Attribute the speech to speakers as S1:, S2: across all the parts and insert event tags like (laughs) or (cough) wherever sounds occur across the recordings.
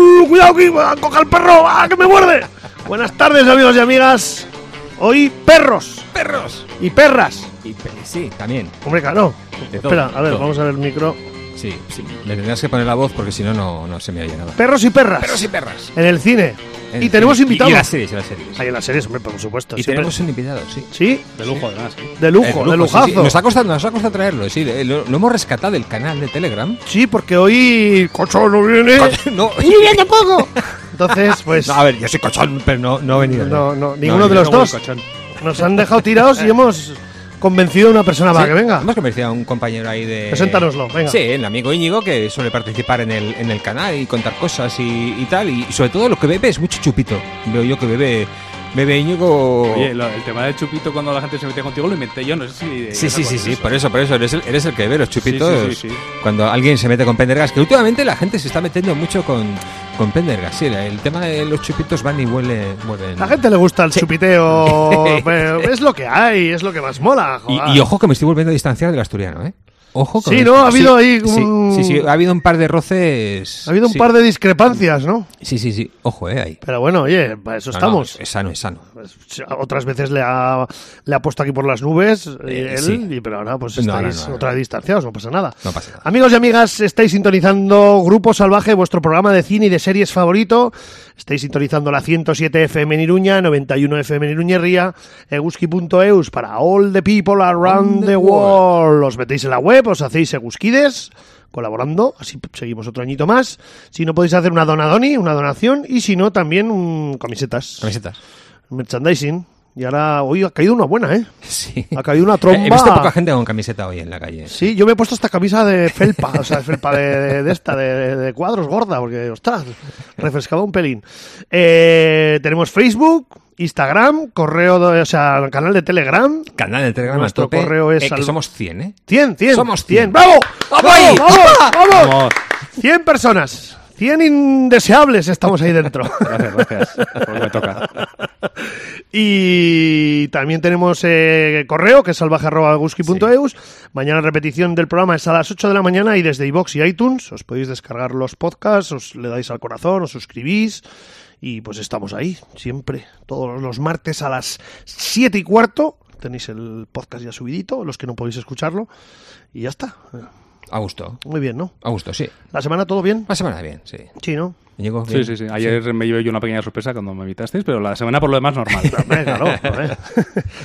S1: mí! ¡Me ¡Van a coger el perro! ¡Ah, que me muerde! Buenas tardes, amigos y amigas. Hoy, perros
S2: ¡Perros!
S1: y perras.
S2: Y pe- sí, también.
S1: Hombre, claro.
S2: De todo,
S1: Espera, a ver,
S2: todo.
S1: vamos a ver el micro.
S2: Sí, sí. Le tendrías que poner la voz porque si no, no, no se me oye nada.
S1: Perros y perras.
S2: ¡Perros y perras!
S1: En el cine.
S2: En
S1: y
S2: fin,
S1: tenemos invitados.
S2: Y las series, y las series.
S1: Ahí en las series, hombre, por supuesto.
S2: Y
S1: siempre-
S2: tenemos un invitado, sí.
S1: Sí,
S3: De lujo, además. ¿eh?
S1: de
S2: Eh,
S1: lujo, de
S2: sí, sí.
S1: lujazo.
S2: Nos ha costado, nos ha costado traerlo, sí. de- lo, lo hemos rescatado del canal de Telegram.
S1: Sí, porque hoy Cocho no viene.
S2: (laughs) No,
S1: Entonces, pues
S2: (laughs) no, a ver, yo soy cochón, pero no, no he venido.
S1: no, no,
S3: No,
S1: ninguno
S3: yo
S1: de los
S3: no voy
S1: dos
S3: cochón.
S1: nos han dejado tirados y hemos convencido a una persona
S2: Sí,
S1: para Ah, que venga.
S2: Hemos convencido a un compañero ahí de.
S1: Preséntanoslo, venga.
S2: Sí, el amigo Íñigo que suele participar en el, en el canal y contar cosas y, y tal. Y sobre todo lo que bebe es mucho chupito. Veo yo que bebe. Bebe Íñigo.
S3: Oye, lo- el tema del chupito cuando la gente se metía contigo lo inventé yo, no sé si.
S2: Sí, sí, sí, sí,
S3: ¿te
S2: por eso, por eso, eres el, eres el que ve los chupitos.
S3: Sí, sí, sí, sí.
S2: Cuando alguien se mete con Pendergast, que últimamente la gente se está metiendo mucho con, con Pendergast. Sí, el tema de los chupitos van y vuelve, vuelven.
S1: La gente le gusta el
S2: Sí. (laughs)
S1: chupiteo, pero es lo que hay, es lo que más mola.
S2: Y,
S1: joder.
S2: y ojo que me estoy volviendo a distanciar del asturiano, ¿eh? Ojo con
S1: Sí,
S2: el-
S1: ¿no? Ha habido ahí
S2: sí,
S1: un-
S2: Sí, sí, ha habido un par de roces.
S1: ha habido un
S2: sí.
S1: par de discrepancias, ¿no?
S2: Sí, sí, sí. Ojo, ¿eh? Ahí.
S1: Pero bueno, oye, para eso
S2: No, no,
S1: estamos.
S2: es sano, es sano.
S1: Pues, Otras veces le ha, le ha puesto aquí por las nubes eh, él,
S2: sí.
S1: y- pero ahora pues
S2: No, no,
S1: estáis
S2: no, no.
S1: otra vez distanciados, no pasa nada.
S2: No pasa nada.
S1: Amigos y amigas, estáis sintonizando Grupo Salvaje, vuestro programa de cine y de series favorito. Estáis sintonizando la 107 FM en Iruña, 91 FM en Iruña y Ría, eguski.eus para all the people around the,
S2: the
S1: world. Os metéis en la web, os hacéis eguskides colaborando, así seguimos otro añito más. Si no podéis hacer una donadoni, una donación, y si no, también mm, camisetas.
S2: Camisetas.
S1: Merchandising. Y ahora hoy ha caído una buena, ¿eh?
S2: Sí.
S1: Ha caído una
S2: (laughs) He visto
S1: tromba.
S2: poca gente con camiseta hoy en la calle.
S1: Sí, yo me he puesto esta camisa de felpa, o sea, de felpa de, de- de esta, de, de cuadros gorda, porque, ostras, refrescaba un pelín. Eh, tenemos Facebook, Instagram, correo, de- o sea, canal de Telegram.
S2: Canal de Telegram
S1: Nuestro
S2: a tope.
S1: correo es
S2: Eh, que
S1: al-
S2: somos 100, ¿eh?
S1: 100, 100.
S2: Somos 100.
S1: ¡Bravo!
S2: ¡Vamos
S1: ¡Bravo,
S2: ahí!
S1: ¡Vamos! ¡Vamos!
S3: Vamos.
S1: 100 personas. 100 indeseables estamos ahí dentro.
S3: (laughs) Gracias, gracias. por lo que me toca.
S1: Y también tenemos eh, correo, que es salvaje.guski.eus. Mañana repetición del programa es a las 8 de la mañana y desde iBox y iTunes os podéis descargar los podcasts, os le dais al corazón, os suscribís y pues estamos ahí siempre, todos los martes a las 7 y cuarto. Tenéis el podcast ya subidito, los que no podéis escucharlo. Y ya está.
S2: A gusto.
S1: Muy bien, ¿no?
S2: A gusto, sí.
S1: ¿La semana todo bien?
S2: Una semana bien, sí.
S1: Sí, ¿no?
S2: Íñigo,
S3: Sí,
S2: bien.
S3: sí, sí. Ayer me llevé yo una pequeña sorpresa cuando me invitasteis, pero la semana por lo demás normal.
S1: Hombre, claro,
S2: (laughs)
S1: joder.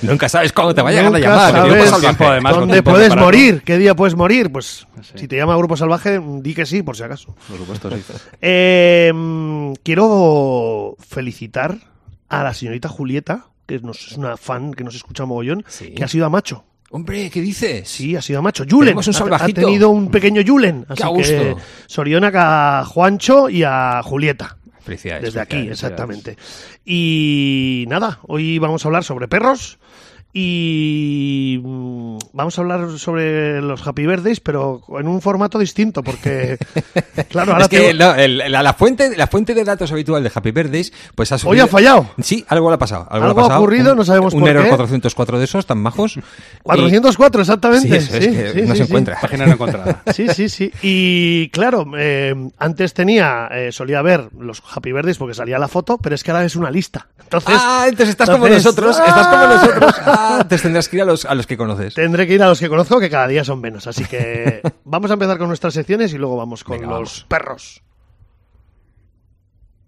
S2: Nunca sabes cuándo te va a llegar la
S1: Nunca
S2: llamada.
S1: sabes
S2: que grupo
S3: tiempo,
S2: salvaje.
S3: además, con
S1: ¿Dónde
S3: tiempo
S1: puedes
S3: preparado.
S1: morir? ¿Qué día puedes morir? Pues
S3: Sí.
S1: si te llama Grupo Salvaje, di que sí, (laughs) por si acaso.
S3: Por supuesto, sí.
S1: Eh, mm, quiero felicitar a la señorita Julieta, que nos- es una fan que nos escucha mogollón,
S2: Sí.
S1: que ha sido a macho.
S2: Hombre, ¿qué dices?
S1: Sí, ha sido a macho. Julen.
S2: Tenemos un
S1: ha- ha,
S2: salvajito.
S1: tenido un pequeño Julen. Así
S2: a
S1: que
S2: gusto.
S1: Sorionaca a Juancho y a Julieta.
S2: Felicidades.
S1: Desde aquí,
S2: felicidades.
S1: exactamente. Y nada, hoy vamos a hablar sobre perros y mm, vamos a hablar sobre los Happy Verdes, pero en un formato distinto,
S2: (laughs)
S1: porque claro, ahora
S2: es que
S1: tengo-
S2: no, el- la, la fuente, la fuente de datos habitual de Happy Verdes, pues ha
S1: hoy ha
S2: subido-
S1: fallado.
S2: Sí, algo le ha pasado. Algo, le
S1: Algo ha
S2: pasado.
S1: ocurrido,
S2: Un-
S1: no sabemos
S2: un
S1: por
S2: error
S1: qué.
S2: 404 de esos, tan
S1: (laughs)
S2: majos. Y-
S1: 404,
S2: Sí,
S1: exactamente.
S2: eso es que
S1: sí,
S2: no
S1: sí,
S2: se
S1: sí.
S2: encuentra.
S3: Página
S1: (laughs)
S3: no encontrada.
S1: Sí, sí, sí. Y claro, eh, antes tenía, eh, solía ver los Happy Verdes porque salía la foto, pero es que ahora es una lista. Entonces,
S2: Ah, entonces estás como
S1: entonces-
S2: nosotros,
S1: ¡Ah!
S2: estás como nosotros. Ah, entonces tendrás que ir a los, a los que conoces.
S1: Tendré que ir a los que conozco, que cada día son menos. Así (laughs) que vamos a empezar con nuestras secciones y luego vamos con
S2: Venga,
S1: los
S2: vamos.
S1: perros.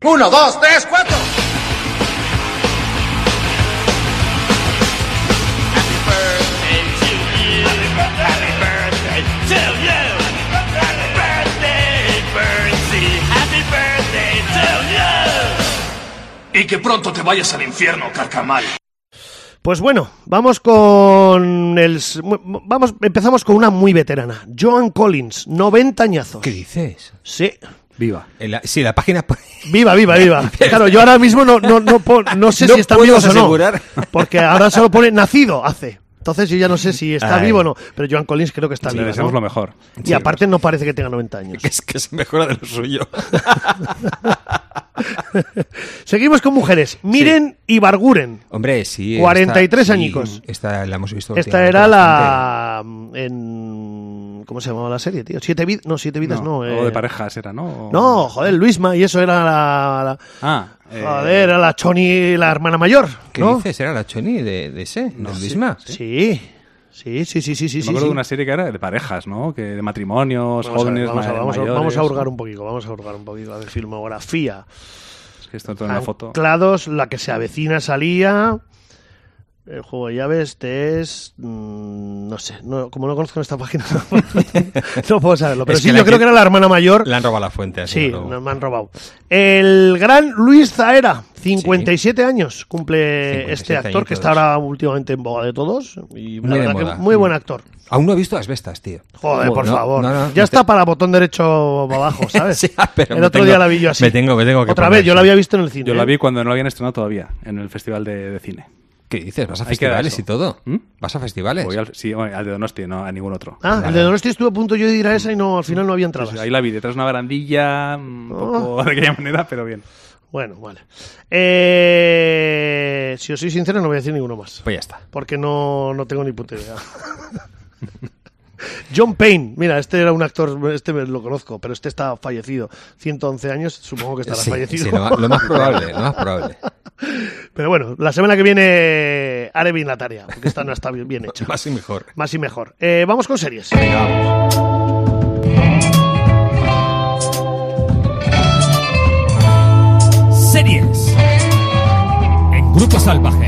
S4: Uno, dos, tres, cuatro.
S5: Y que pronto te vayas al infierno, carcamal.
S1: Pues bueno, vamos con el. s- mu- mu- Vamos, empezamos con una muy veterana. Joan Collins, 90 añazos.
S2: ¿Qué dices?
S1: Sí.
S3: Viva.
S2: En la- sí, la página. (laughs)
S1: Viva, viva, viva. (laughs) Claro, yo ahora mismo no, no, no, po- no sé
S2: No
S1: si están
S2: puedo
S1: vivos o no. (laughs)
S2: asegurar.
S1: Porque ahora solo pone nacido hace. Entonces yo ya no sé si está
S2: Ay.
S1: vivo o no. Pero Joan Collins creo que está
S3: Le
S1: vivo.
S3: deseamos lo mejor.
S1: Y aparte no parece que tenga 90 años. (laughs)
S2: Es que se mejora de lo suyo.
S1: Seguimos con mujeres. Miren y Barguren.
S2: Hombre, sí.
S1: 43
S2: esta- sí,
S1: añicos.
S2: Esta la hemos visto.
S1: Esta
S2: últimamente
S1: era
S2: bastante.
S1: la. En ¿Cómo se llamaba la serie, tío? Siete vidas. No, siete vidas no. eh.
S3: O de parejas era, ¿no? O-
S1: No, joder, Luisma, y eso era la.
S3: Ah,
S1: la-
S3: eh,
S1: joder, era la Choni, la hermana mayor.
S2: ¿Qué
S1: ¿no?
S2: dices? ¿Era la Choni de, de ese? ¿De Bisma?
S1: Sí. Sí, sí, sí, sí, sí.
S3: me
S1: sí,
S3: acuerdo
S1: sí.
S3: de una serie que era de parejas, ¿no? Que de
S1: Vamos
S3: matrimonios,
S1: a, ver,
S3: jóvenes,
S1: vamos, a,
S3: ma-
S1: vamos, a,
S3: mayores.
S1: vamos a hurgar un poquito, vamos a hurgar un poquito. A ver, filmografía.
S3: Es que esto todo en la foto.
S1: Anclados, la que se avecina salía. El juego de llaves, este es. mm, no sé, no- como no conozco esta (laughs) página, no puedo saberlo. Pero
S2: Es
S1: sí,
S2: que la
S1: yo creo
S2: que-
S1: que era la hermana mayor.
S2: Le han robado la fuente. así
S1: Sí,
S2: me lo-
S1: nos me han robado. El gran Luis Zaera, 57 años, cumple
S2: 57
S1: este actor que está
S2: añitos.
S1: ahora últimamente en boga de todos. Y la
S2: Muy de
S1: verdad que
S2: moda.
S1: muy buen actor.
S2: Aún no he visto las bestas, tío.
S1: Joder, por
S2: No,
S1: favor.
S2: no, no,
S1: ya
S2: no
S1: está
S2: te-
S1: para botón derecho para
S2: (laughs)
S1: abajo, ¿sabes?
S2: Sí, ah, pero
S1: el
S2: me
S1: otro
S2: tengo-
S1: día la vi yo así.
S2: me tengo- me tengo que
S1: Otra
S2: poner
S1: vez, yo
S2: eso.
S1: la había visto en el cine.
S3: Yo la
S1: ¿eh?
S3: vi cuando no la habían estrenado todavía, en el Festival de, de Cine.
S2: ¿Qué dices? ¿Vas a
S3: Ahí
S2: festivales
S3: queda eso.
S2: y todo?
S3: ¿Mm?
S2: ¿Vas a festivales?
S3: Voy al, sí, bueno, al de Donosti, no a ningún otro.
S1: Ah, el de Donosti estuve a punto yo de ir a esa y no, al final no había entradas.
S3: Ahí la vi, detrás de una barandilla, mm, un
S1: Oh.
S3: poco (laughs) de aquella manera, pero bien.
S1: Bueno, vale. Eh, si os soy sincero, no voy a decir ninguno más.
S2: Pues ya está.
S1: Porque no, no tengo ni puta idea. (laughs) John Payne, mira, este era un actor, este me lo conozco, pero este está fallecido. 111 años, supongo que estará
S2: Sí,
S1: fallecido.
S2: sí, lo, ma- lo más probable, lo más probable.
S1: (laughs) Pero bueno, la semana que viene haré bien la tarea, porque esta no está bien, bien hecha.
S2: Más y mejor.
S1: Más y mejor. Eh, vamos con series.
S2: Venga, vamos.
S4: Series en Grupo Salvaje.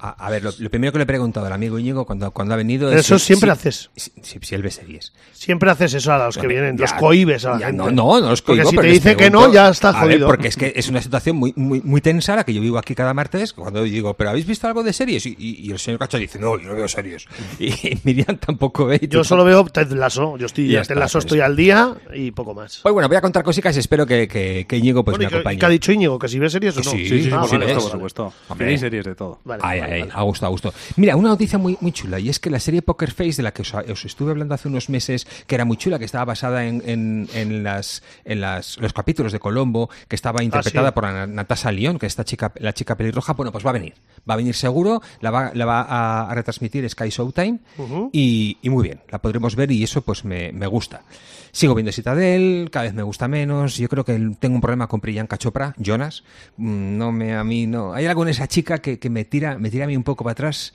S2: A, a ver, lo, lo primero que le he preguntado al amigo Íñigo cuando, cuando ha venido
S1: Pero
S2: es
S1: eso
S2: si-
S1: siempre
S2: si-
S1: haces.
S2: Si, si- si él ve series.
S1: Siempre haces eso a los que vienen,
S2: Ya,
S1: los cohibes a la
S2: ya,
S1: gente.
S2: No, no, no los
S1: Porque
S2: cohibo,
S1: si
S2: pero
S1: te
S2: les
S1: dice que
S2: pregunto-
S1: no, ya está
S2: A ver,
S1: jodido.
S2: porque es que es una situación muy, muy, muy tensa la que yo vivo aquí cada martes, cuando digo, ¿pero habéis visto algo de series? Y, y- y el señor Cacho dice, no, yo no veo series. Y (laughs) Miriam tampoco ve. y tú
S1: Yo solo veo Ted Lasso, yo estoy,
S2: Ya
S1: Ted
S2: está,
S1: Lasso
S2: pues.
S1: estoy al día y poco más.
S2: Pues bueno, voy a contar cositas y espero que, que, que Íñigo pues
S1: Bueno, ¿y
S2: me
S1: qué-
S2: acompañe.
S1: ¿y qué ha dicho Íñigo? ¿Que si ve series o no?
S2: Sí, sí, sí,
S1: Ah,
S3: por
S2: sí,
S1: vale,
S3: supuesto,
S2: ves.
S3: por
S1: vale.
S3: supuesto.
S2: Hombre.
S3: Tenéis series de todo.
S1: Vale,
S2: ay,
S1: vale,
S2: ay,
S1: vale.
S2: a gusto, a gusto. Mira, una noticia muy, muy chula, y es que la serie Poker Face, de la que os, os estuve hablando hace unos meses, que era muy chula, que estaba basada en, en- en las, en las- los capítulos de Colombo, que estaba interpretada
S1: Ah, sí.
S2: por Ana- Natasha León, que es esta chica, la chica pelirroja, bueno, pues va a venir. Va a venir seguro, la va, la va a, a retransmitir Sky Showtime, y, y muy bien, la podremos ver, y eso pues me, me gusta. Sigo viendo Citadel, cada vez me gusta menos. Yo creo que el- tengo un problema con Priyanka Chopra, Jonas. Mm, No me, a mí no. Hay algo en esa chica que, que me tira, me tira a mí un poco para atrás.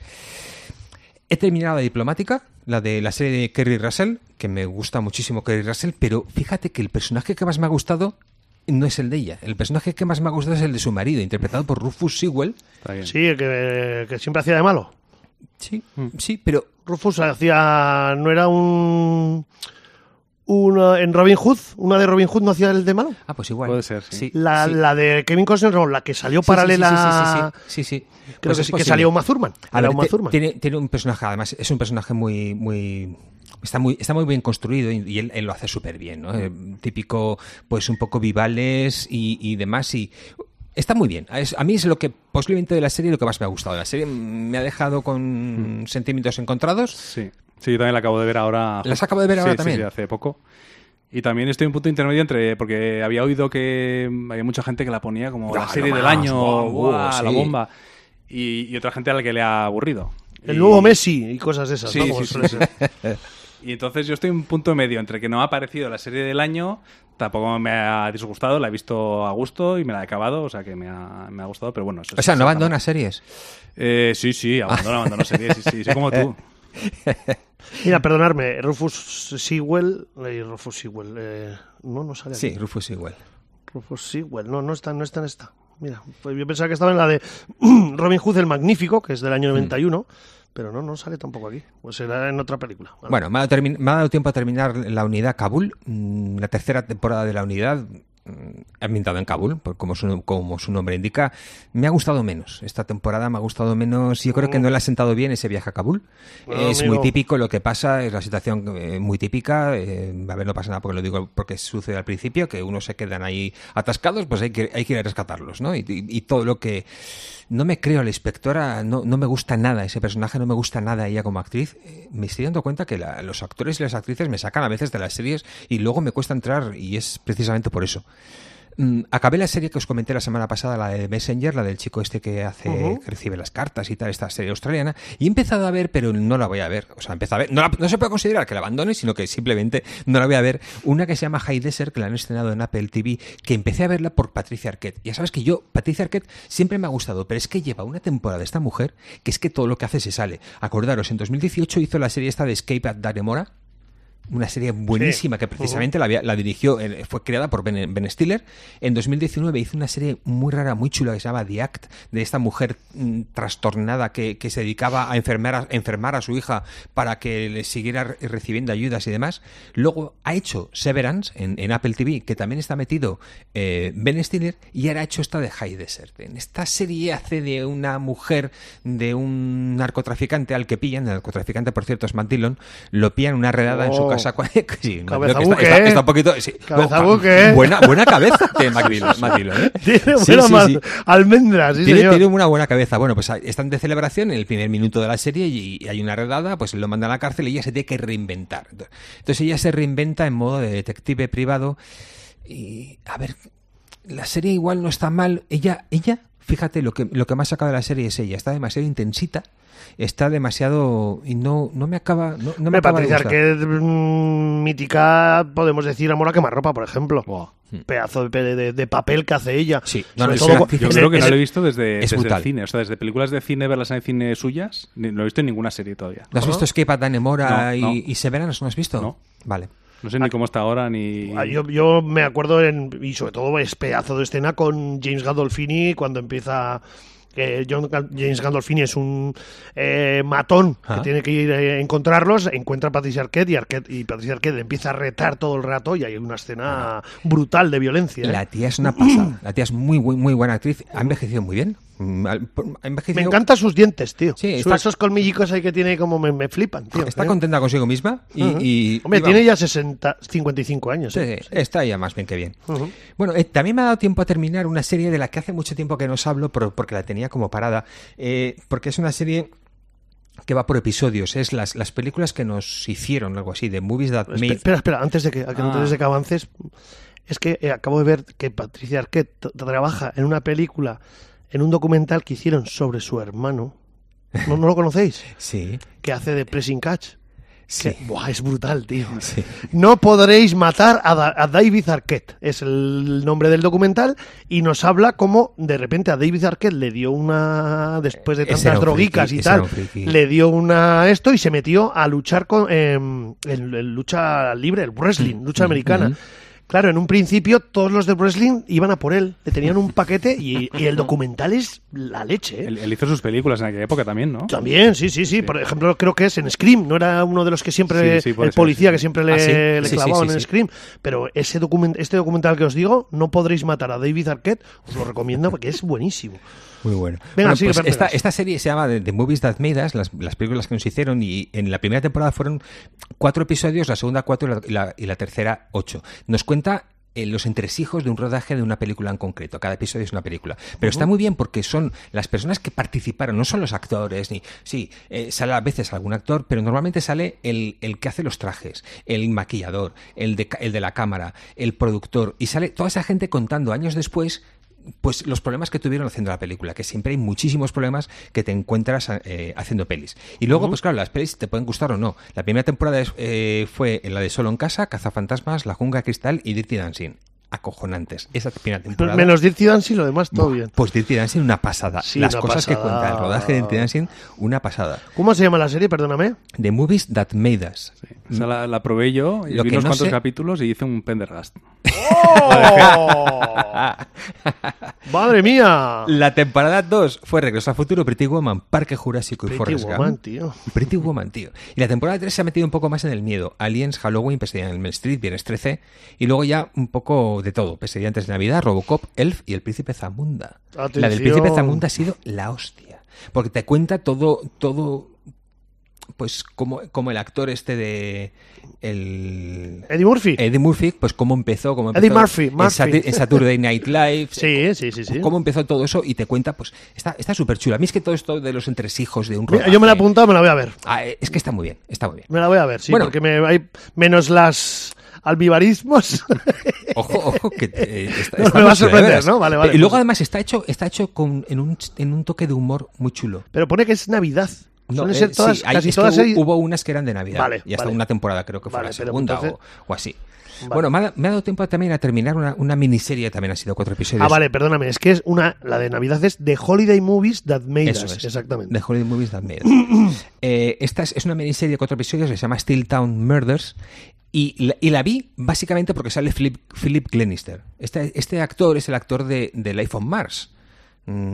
S2: He terminado la diplomática, la de la serie de Kerry Russell, que me gusta muchísimo Kerry Russell, pero fíjate que el personaje que más me ha gustado no es el de ella. El personaje que más me ha gustado es el de su marido, interpretado por Rufus Sewell.
S3: Está bien.
S1: Sí, que, que siempre hacía de malo.
S2: Sí,
S3: Mm.
S2: sí, pero
S1: Rufus hacía. ¿No era un. Una, en Robin Hood? ¿Una de Robin Hood no hacía el de malo?
S2: ah, pues igual.
S3: Puede ser, sí.
S1: La,
S2: sí.
S1: la de Kevin Costner, no, la que salió
S2: Sí, sí, sí,
S1: paralela.
S2: sí, sí, sí, sí, sí.
S1: Creo
S2: Pues
S1: que
S2: es
S1: sí, que
S2: posible.
S1: salió Uma Thurman.
S2: A
S1: Era
S2: ver,
S1: Uma
S2: te-
S1: Thurman.
S2: Tiene, tiene un personaje, además, es un personaje muy, muy está muy, está muy bien construido y, y él, él lo hace súper bien, ¿no? Eh, típico, pues un poco vivales y, y demás. Y está muy bien. Es- a mí es lo que posiblemente de la serie lo que más me ha gustado. La serie me ha dejado con sentimientos encontrados.
S3: Sí. Sí, yo también la acabo de ver ahora.
S2: ¿Las acabo de ver
S3: Sí,
S2: ahora
S3: sí,
S2: también?
S3: sí, hace poco. Y también estoy en un punto intermedio entre. Porque había oído que mm, había mucha gente que la ponía como
S2: Buah,
S3: la serie
S2: lo
S3: del
S2: más,
S3: año,
S2: buah, buah,
S3: buah, la
S2: sí.
S3: bomba. Y, y otra gente a la que le ha aburrido.
S1: El
S3: Y-
S1: nuevo Messi y cosas de esas.
S3: Sí,
S1: ¿no? Como
S3: sí,
S1: suele
S3: sí.
S1: ser.
S3: Y entonces yo estoy en un punto medio entre que no ha aparecido la serie del año, tampoco me ha disgustado, la he visto a gusto y me la he acabado, o sea que me ha, me ha gustado, pero bueno. eso
S2: O
S3: es
S2: sea, no
S3: exactamente-
S2: abandona series.
S3: Eh, sí, sí, abandono, abandono series, sí, sí, soy
S2: (laughs)
S3: como tú.
S1: Mira, perdonarme, Rufus Sewell. eh, Rufus Sewell. eh, no, no sale. aquí.
S2: Sí, Rufus igual.
S1: Rufus Sewell. No, no está, no está en esta. Mira, pues yo pensaba que estaba en la de (clears throat) Robin Hood el Magnífico, que es del año
S2: Mm.
S1: 91, pero no, no sale tampoco aquí. Pues será en otra película. Vale.
S2: Bueno, me ha, dado termi- me ha dado tiempo a terminar la unidad Kabul, mm, la tercera temporada de la unidad mm, ambientada en Kabul, por- como su, como su nombre indica. Me ha gustado menos. Esta temporada me ha gustado menos. Yo creo que no le ha sentado bien ese viaje a Kabul.
S1: Bueno,
S2: es
S1: amigo.
S2: muy típico lo que pasa, es la situación eh, muy típica. eh, a ver, no pasa nada porque lo digo porque sucede al principio, que unos se quedan ahí atascados, pues hay que, hay que ir a rescatarlos, ¿no? Y- y- y todo lo que no me creo a la inspectora, no, no me gusta nada ese personaje, no me gusta nada ella como actriz. Eh, Me estoy dando cuenta que la- los actores y las actrices me sacan a veces de las series y luego me cuesta entrar y es precisamente por eso. Mm, acabé la serie que os comenté la semana pasada, la de Messenger, la del chico este que hace,
S1: Ujú.
S2: que recibe las cartas y tal, esta serie australiana, y he empezado a ver, pero no la voy a ver. O sea, he empezado a ver, no, la- no se puede considerar que la abandone, sino que simplemente no la voy a ver. Una que se llama High Desert, que la han estrenado en Apple TV, que empecé a verla por Patricia Arquette. Ya sabes que yo, Patricia Arquette, siempre me ha gustado, pero es que lleva una temporada esta mujer que es que todo lo que hace se sale. Acordaros, en 2018 hizo la serie esta de Escape at Daremora, una serie buenísima que precisamente la, había- la dirigió, eh, fue creada por Ben, Ben Stiller. En 2019 hizo una serie muy rara, muy chula que se llama The Act, de esta mujer mm, trastornada que, que se dedicaba a enfermar, a enfermar a su hija para que le siguiera re- recibiendo ayudas y demás. Luego ha hecho Severance en, en Apple TV, que también está metido eh, Ben Stiller, y ahora ha hecho esta de High Desert. En esta serie hace de una mujer, de un narcotraficante al que pillan, el narcotraficante por cierto es Matt Dillon, lo pillan en una redada en su
S1: Oh.
S2: casa Sí, sí,
S1: Cabeza
S2: creo (laughs)
S1: buque,
S2: que está, está-
S1: ¿eh?
S2: está un poquito. sí.
S1: Cabeza
S2: No,
S1: buque, ¿eh?
S2: Buena, buena cabeza tiene Matt Dillon, Matt Dillon, ¿eh?
S1: (laughs) Tiene
S2: Sí,
S1: buena
S2: sí,
S1: ma-
S2: sí.
S1: almendra, sí,
S2: Tiene,
S1: señor.
S2: tiene una buena cabeza. Bueno, pues ahí están de celebración en el primer minuto de la serie y, y hay una redada, pues lo mandan a la cárcel y ella se tiene que reinventar. Entonces ella se reinventa en modo de detective privado y a ver, la serie igual no está mal. Ella, ella, fíjate, lo que, lo que más saca de la serie es ella. Está demasiado intensita, está demasiado y no, no me acaba, no, no
S1: Hombre,
S2: me acaba de
S1: Patricia
S2: gustar.
S1: Arquette, mm, mítica, podemos decir, amor a quemarropa, por ejemplo. Pedazo de, pe- de- de papel que hace ella.
S2: Sí. No,
S1: Sobre
S2: no,
S1: todo
S2: es
S1: cu-
S2: que-
S3: Yo
S1: es-
S3: creo que
S1: es-
S3: no lo he visto desde,
S2: es
S3: desde
S2: brutal.
S3: el cine. O sea, desde películas de cine, verlas en el cine suyas, ni- no he visto en ninguna serie todavía.
S2: ¿No has visto Escape at Danemora
S3: No,
S2: y,
S3: no.
S2: y Severance? ¿No has visto?
S3: No.
S2: Vale.
S3: No sé
S2: Ah.
S3: ni cómo está ahora, ni...
S1: Ah, Yo, yo me acuerdo, en, y sobre todo es pedazo de escena con James Gandolfini cuando empieza. que John Ga- James Gandolfini es un eh, matón
S2: Ah.
S1: que tiene que ir eh, a encontrarlos, encuentra a Patricia Arquette y, Arquette y Patricia Arquette le empieza a retar todo el rato y hay una escena brutal de violencia. ¿eh?
S2: Ah. La tía es una pasada.
S1: (clears throat)
S2: La tía es muy, bu- muy buena actriz. Ha envejecido muy bien. Mm, al- por- ha
S1: Me
S2: envejecido-
S1: encantan sus dientes, tío.
S2: Sí,
S1: Sus-
S2: está-
S1: Esos colmillicos ahí que tiene como me, me flipan, tío.
S2: Está
S1: ¿eh?
S2: contenta consigo misma y...
S1: Ujú.
S2: y-
S1: Hombre,
S2: y
S1: tiene
S2: vamos.
S1: ya 60, 55 años.
S2: Sí,
S1: ¿eh?
S2: sí, está ya más bien que bien.
S1: Ujú.
S2: Bueno, eh, también me ha dado tiempo a terminar una serie de la que hace mucho tiempo que no os hablo por- porque la tenía como parada. Eh, porque es una serie que va por episodios. Es las, las películas que nos hicieron, algo así, de movies that
S1: Espe-
S2: made...
S1: Espera, espera, antes de que, a que-
S3: Ah.
S1: antes de que avances, es que eh, acabo de ver que Patricia Arquette t- trabaja en una película, en un documental que hicieron sobre su hermano. ¿No, no lo conocéis?
S2: Sí,
S1: Que hace de Pressing Catch.
S2: sí.
S1: Que- buah, es brutal, tío.
S2: Sí.
S1: No podréis matar a, Da- a David Arquette, es el nombre del documental, y nos habla como de repente a David Arquette le dio una, después de
S2: Ese era
S1: tantas
S2: un
S1: droguicas
S2: friki,
S1: y
S2: ese
S1: tal,
S2: era un friki.
S1: le dio una esto y se metió a luchar con eh, en, en lucha libre, el
S2: Mm,
S1: wrestling, lucha americana. Claro, en un principio todos los del wrestling iban a por él, le tenían un paquete y, y el documental es la leche. ¿eh?
S3: Él, él hizo sus películas en aquella época también, ¿no?
S1: También, sí, sí, sí, Por ejemplo, creo que es en Scream. No era uno de los que siempre.
S3: Sí, sí, puede
S1: el
S3: ser,
S1: policía
S3: sí.
S1: que siempre le,
S2: Ah, sí.
S1: le
S2: Sí, sí,
S1: clavaban
S2: sí,
S1: en
S2: sí.
S1: Scream. Pero ese document, este documental que os digo, No podréis matar a David Arquette, os lo recomiendo porque es
S2: (laughs)
S1: buenísimo.
S2: Muy bueno.
S1: Venga,
S2: Bueno,
S1: sigue,
S2: pues
S1: Fran
S2: esta,
S1: Vegas.
S2: esta serie se llama The, The Movies That Made Us, las, las películas que nos hicieron, y en la primera temporada fueron cuatro episodios, la segunda cuatro y la, y la- y la tercera ocho. Nos cuenta eh, los entresijos de un rodaje de una película en concreto. Cada episodio es una película. Pero está muy bien porque son las personas que participaron, no son los actores, ni... Sí, eh, sale a veces algún actor, pero normalmente sale el, el que hace los trajes, el maquillador, el de, ca- el de la cámara, el productor, y sale toda esa gente contando años después pues los problemas que tuvieron haciendo la película, que siempre hay muchísimos problemas que te encuentras eh, haciendo pelis. Y luego, pues claro, las pelis te pueden gustar o no. La primera temporada es, eh, fue la de Solo en Casa, Cazafantasmas, La Junga de Cristal y Dirty Dancing. Acojonantes. Esa primera
S1: (laughs)
S2: temporada.
S1: Menos Dirty Dancing, lo demás todo
S2: Buah,
S1: bien.
S2: Pues Dirty Dancing, una pasada.
S1: Sí,
S2: las
S1: una
S2: cosas que
S1: pasada.
S2: cuenta el rodaje de Dirty Dancing, una pasada.
S1: ¿Cómo se llama la serie?
S2: (laughs)
S1: Perdóname.
S2: The Movies That Made Us.
S3: O sea, la, la probé yo, y
S2: Lo
S3: vi
S2: que
S3: unos
S2: no
S3: cuantos
S2: sé-
S3: capítulos y hice un Pendergast.
S1: ¡Madre mía!
S2: La temporada 2 fue Regreso al Futuro, Pretty Woman, Parque Jurásico y
S1: Pretty
S2: Forrest Gump.
S1: Woman, tío.
S2: Pretty Woman, tío. Y la temporada 3 se ha metido un poco más en el miedo. Aliens, Halloween, Pesadilla en el Street, Viernes 13. Y luego ya un poco de todo. Pesadilla antes de Navidad, Robocop, Elf y El Príncipe Zamunda. La del
S1: Atención.
S2: Príncipe Zamunda ha sido la hostia. Porque te cuenta todo, todo, pues como, como el actor este de... El...
S1: Eddie Murphy.
S2: Eddie Murphy, pues cómo empezó, cómo
S1: Eddie
S2: empezó
S1: Murphy,
S2: en
S1: Murphy.
S2: Sati- en Saturday Night Live,
S1: (laughs) sí, sí, sí, sí.
S2: cómo empezó todo eso y te cuenta, pues está súper chula. A mí es que todo esto de los entresijos de un
S1: Mira,
S2: rodaje-
S1: yo me la he apuntado, me la voy a ver. (laughs)
S2: Ah, eh, es que está muy bien, está muy bien.
S1: Me la voy a ver, sí,
S2: Bueno.
S1: porque me hay menos las (laughs) albibarismos.
S2: Ojo, ojo, que eh,
S1: (laughs)
S2: está,
S1: No,
S2: está
S1: me va
S2: muy
S1: a
S2: chulo,
S1: sorprender,
S2: de veras.
S1: ¿no? Vale, vale.
S2: Y luego además está hecho, está hecho con, en, un, en un toque de humor muy chulo.
S1: Pero pone que es Navidad.
S2: No,
S1: Suelen
S2: eh,
S1: ser todas,
S2: sí, hay-
S1: casi
S2: es que
S1: todas
S2: hu-
S1: hay-
S2: hubo unas que eran de Navidad
S1: Vale,
S2: y hasta
S1: vale.
S2: una temporada creo que fue
S1: Vale,
S2: la
S1: pero
S2: segunda o-
S1: entonces-
S2: o, así. Bueno, me ha, me ha dado tiempo también a terminar una, una miniserie también ha sido cuatro episodios.
S1: Ah, vale, perdóname, es que es una, la de Navidad es The Holiday Movies That Made
S2: Eso
S1: Us,
S2: es.
S1: exactamente.
S2: The Holiday Movies
S1: (clears throat)
S2: That Made Us. Eh, esta es, es una miniserie de cuatro episodios que se llama Steel Town Murders. Y la, y la vi básicamente porque sale Philip, Philip Glenister. Este, este actor es el actor de, de Life on Mars.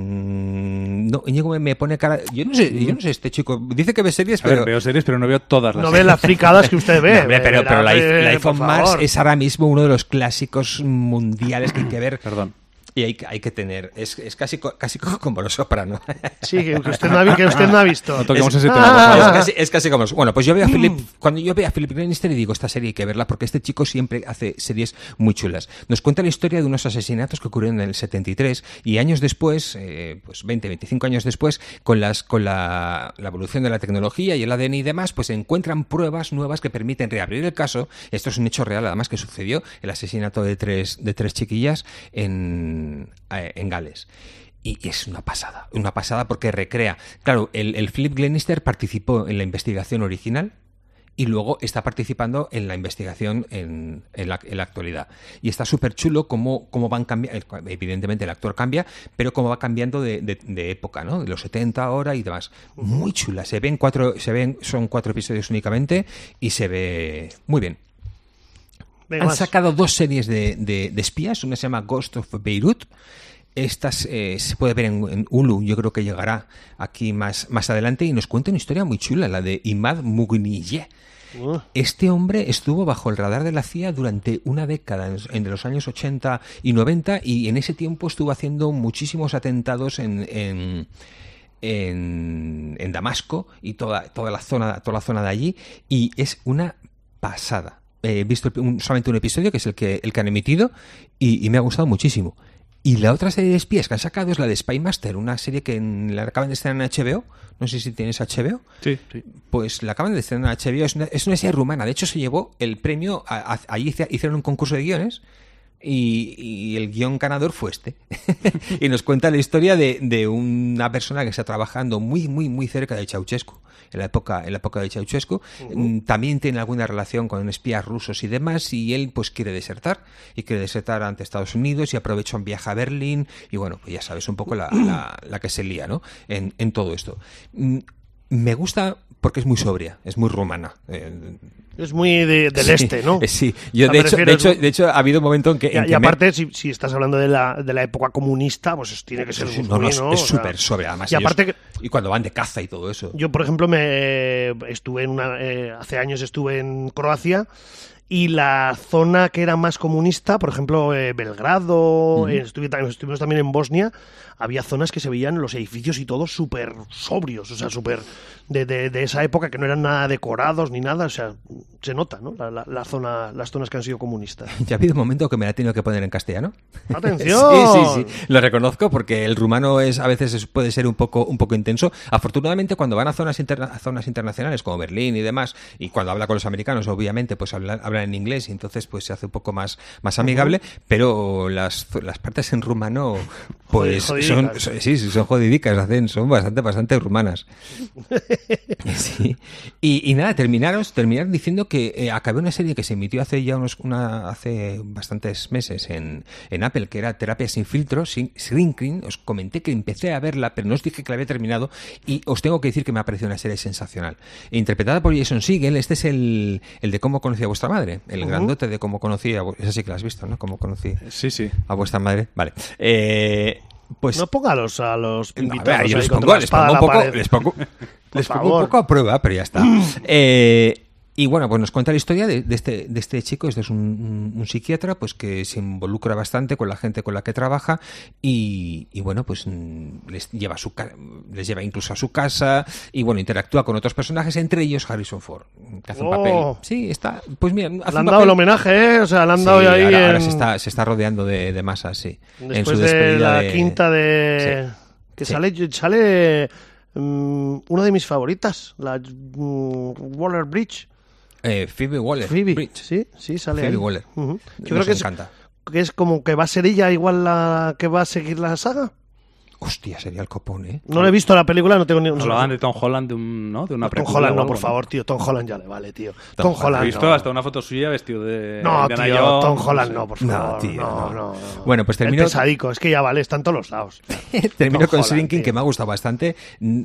S2: Mm, no, Íñigo me, me pone cara. Yo no sé, yo no sé, este chico. Dice que ve series,
S3: A ver,
S2: pero.
S3: veo series, pero no veo todas las
S1: No ve
S3: series.
S1: las fricadas que usted ve.
S2: (laughs) No, hombre, pero,
S1: verá,
S2: pero Life,
S1: eh,
S2: Life
S1: por
S2: on Mars
S1: favor.
S2: es ahora mismo uno de los clásicos mundiales que hay que ver.
S3: Perdón.
S2: Y hay, que- hay que tener. Es, es casi, co- casi como los soprano. (laughs)
S1: Sí, que que usted no ha, vi- que usted no ha visto.
S3: No toquemos
S1: Es-
S3: ese tema,
S1: (laughs)
S3: por favor.
S2: es, casi, es casi como los- Bueno, pues yo veo a Philip. Cuando yo veo a Philip Glenister y digo, esta serie hay que verla porque este chico siempre hace series muy chulas. Nos cuenta la historia de unos asesinatos que ocurrieron en el 73 y años después, eh, pues 20, 25 años después, con, las, con la, la evolución de la tecnología y el ADN y demás, pues encuentran pruebas nuevas que permiten reabrir el caso. Esto es un hecho real, además, que sucedió el asesinato de tres, de tres chiquillas en, eh, en Gales. Y y es una pasada, una pasada porque recrea. Claro, el, el Philip Glenister participó en la investigación original y luego está participando en la investigación en, en la, en la actualidad. Y está súper chulo cómo, cómo van cambiando, evidentemente el actor cambia, pero cómo va cambiando de, de- de época, ¿no? De los 70 ahora y demás. Muy chula, se ven cuatro, se ven, son cuatro episodios únicamente y se ve muy bien.
S1: Venga,
S2: Han
S1: más.
S2: sacado dos series de, de- de espías. Una se llama Ghost of Beirut. Estas eh, se puede ver en, en Hulu. Yo creo que llegará aquí más, más adelante. Y nos cuenta una historia muy chula, la de Imad Mugniyeh.
S1: Uh.
S2: Este hombre estuvo bajo el radar de la CIA durante una década, en- entre los años 80 y 90, y en ese tiempo estuvo haciendo muchísimos atentados en, en, en- en Damasco y toda, toda, la zona, toda la zona de allí, y es una pasada. He visto el- un- solamente un episodio, que es el que, el que han emitido, y, y me ha gustado muchísimo. Y la otra serie de espías que han sacado es la de Spy Master, una serie que en- la acaban de estrenar en HBO. No sé si tienes HBO.
S1: (laughs)
S3: Sí, sí.
S2: Pues la acaban de estrenar en HBO. Es una, es una serie rumana. De hecho, se llevó el premio. a- a- allí hice- hicieron un concurso de guiones. Y, y el guión ganador fue este. (laughs) y nos cuenta la historia de, de una persona que está trabajando muy, muy, muy cerca de Ceausescu. En la época, en la época de Ceausescu. Mm, También tiene alguna relación con espías rusos y demás. Y él, pues, quiere desertar. Y quiere desertar ante Estados Unidos. Y aprovecha un viaje a Berlín. Y bueno, pues ya sabes un poco la, la- la que se lía, ¿no? En, en todo esto. Mm, me gusta porque es muy sobria, es muy rumana. Eh,
S1: Es muy de- del
S2: sí,
S1: este, ¿no?
S2: eh, Sí, yo
S1: O sea,
S2: de
S1: me
S2: hecho, de,
S1: refiero,
S2: hecho,
S1: es-
S2: de hecho ha habido un momento en que... en
S1: Y, y
S2: que me-
S1: aparte, si, si estás hablando de la, de la época comunista, pues tiene que ser
S2: Sí, sí,
S1: muy,
S2: no, no, es-
S1: ¿no?
S2: es
S1: O sea,
S2: súper sobria, además.
S1: Y
S2: ellos-
S1: aparte, que-
S2: y cuando van de caza y todo eso.
S1: Yo, por ejemplo, me estuve en una, eh, hace años estuve en Croacia y la zona que era más comunista, por ejemplo, eh, Belgrado, eh, estuve tam- estuvimos también en Bosnia, había zonas que se veían los edificios y todo súper sobrios, o sea, súper de, de- de esa época que no eran nada decorados ni nada, o sea, se nota, ¿no? La, la- la zona, las zonas que han sido comunistas.
S2: (laughs) Ya ha habido un momento que me la he tenido que poner en castellano.
S1: ¡Atención!
S2: (laughs) Sí, sí, sí. Lo reconozco porque el rumano es a veces es- puede ser un poco, un poco intenso. Afortunadamente, cuando van a zonas, interna- a zonas internacionales como Berlín y demás, y cuando habla con los americanos, obviamente, pues habla- hablan en inglés y entonces pues se hace un poco más, más amigable, pero las, las partes en rumano pues
S1: Joder,
S2: son,
S1: jodidicas.
S2: son- sí, sí, son jodidicas, hacen, son bastante, bastante rumanas. (laughs) Sí. Y, y nada, terminaros, terminar diciendo que eh, acabé una serie que se emitió hace ya unos una, hace bastantes meses en, en Apple, que era Terapia sin filtro, sin Screen Clean. Os comenté que empecé a verla, pero no os dije que la había terminado. Y os tengo que decir que me ha parecido una serie sensacional. Interpretada por Jason Segel, este es el, el de cómo conocí a vuestra madre, el grandote de cómo conocí a vu- Esa sí que la has visto, ¿no? Cómo conocí
S3: Sí, sí.
S2: a vuestra madre. Vale. Eh, pues
S1: No ponga a los, a los
S2: no, a
S1: invitados
S2: ver, yo
S1: ahí
S2: les
S1: contra
S2: pongo,
S1: la
S2: les
S1: espada
S2: pongo un
S1: a la
S2: poco,
S1: pared.
S2: les
S1: (laughs)
S2: pongo- les pongo
S1: favor.
S2: un poco a prueba, pero
S1: (laughs)
S2: ya está. Eh, y bueno, pues nos cuenta la historia de, de este, de este chico. Este es un, un- un psiquiatra pues que se involucra bastante con la gente con la que trabaja y, y bueno, pues mm, les lleva, a su, ca- les lleva incluso a su casa y bueno, interactúa con otros personajes, entre ellos Harrison Ford, que hace un
S1: Oh.
S2: papel. Sí, está. Pues mira, hace
S1: Le
S2: un
S1: han dado el
S2: papel-
S1: homenaje, ¿eh? O sea, le han
S2: Sí,
S1: dado ahí.
S2: ahora, ahora
S1: en-
S2: se, está, se está rodeando de, de masa, sí. En
S1: Después
S2: su
S1: de
S2: despedida
S1: la quinta de. Que
S2: Sí.
S1: sale, sale mm, una de mis favoritas, la mm, Waller Bridge.
S2: Eh, Phoebe Waller.
S1: Phoebe,
S2: Bridge.
S1: sí, sí, sale ahí.
S2: Phoebe Waller.
S1: Ujú. Yo
S2: Nos
S1: creo que es,
S2: encanta.
S1: que es como que va a ser ella igual la que va a seguir la saga.
S2: Hostia, sería el copón, ¿eh?
S1: No le he visto la película, no tengo ni un
S3: Hablaban de Tom Holland, de, un, ¿no? de una
S1: Tom
S3: película.
S1: Holland, no, por favor, tío. Tom Holland ya le vale, tío. Tom,
S2: Tom
S1: Holland. no.
S3: He visto hasta una foto suya vestido de.
S1: No,
S3: Indiana
S1: tío,
S3: Jones,
S1: Tom Holland
S3: sé.
S1: no, por
S2: No,
S1: favor. No,
S2: tío,
S1: no,
S2: no.
S1: no.
S2: Bueno, pues termino-
S1: El pesadico, es que ya vale, está en todos los lados.
S2: Termino
S1: Tom
S2: con
S1: Holland,
S2: Shrinking,
S1: tío.
S2: que me ha gustado bastante. Mm,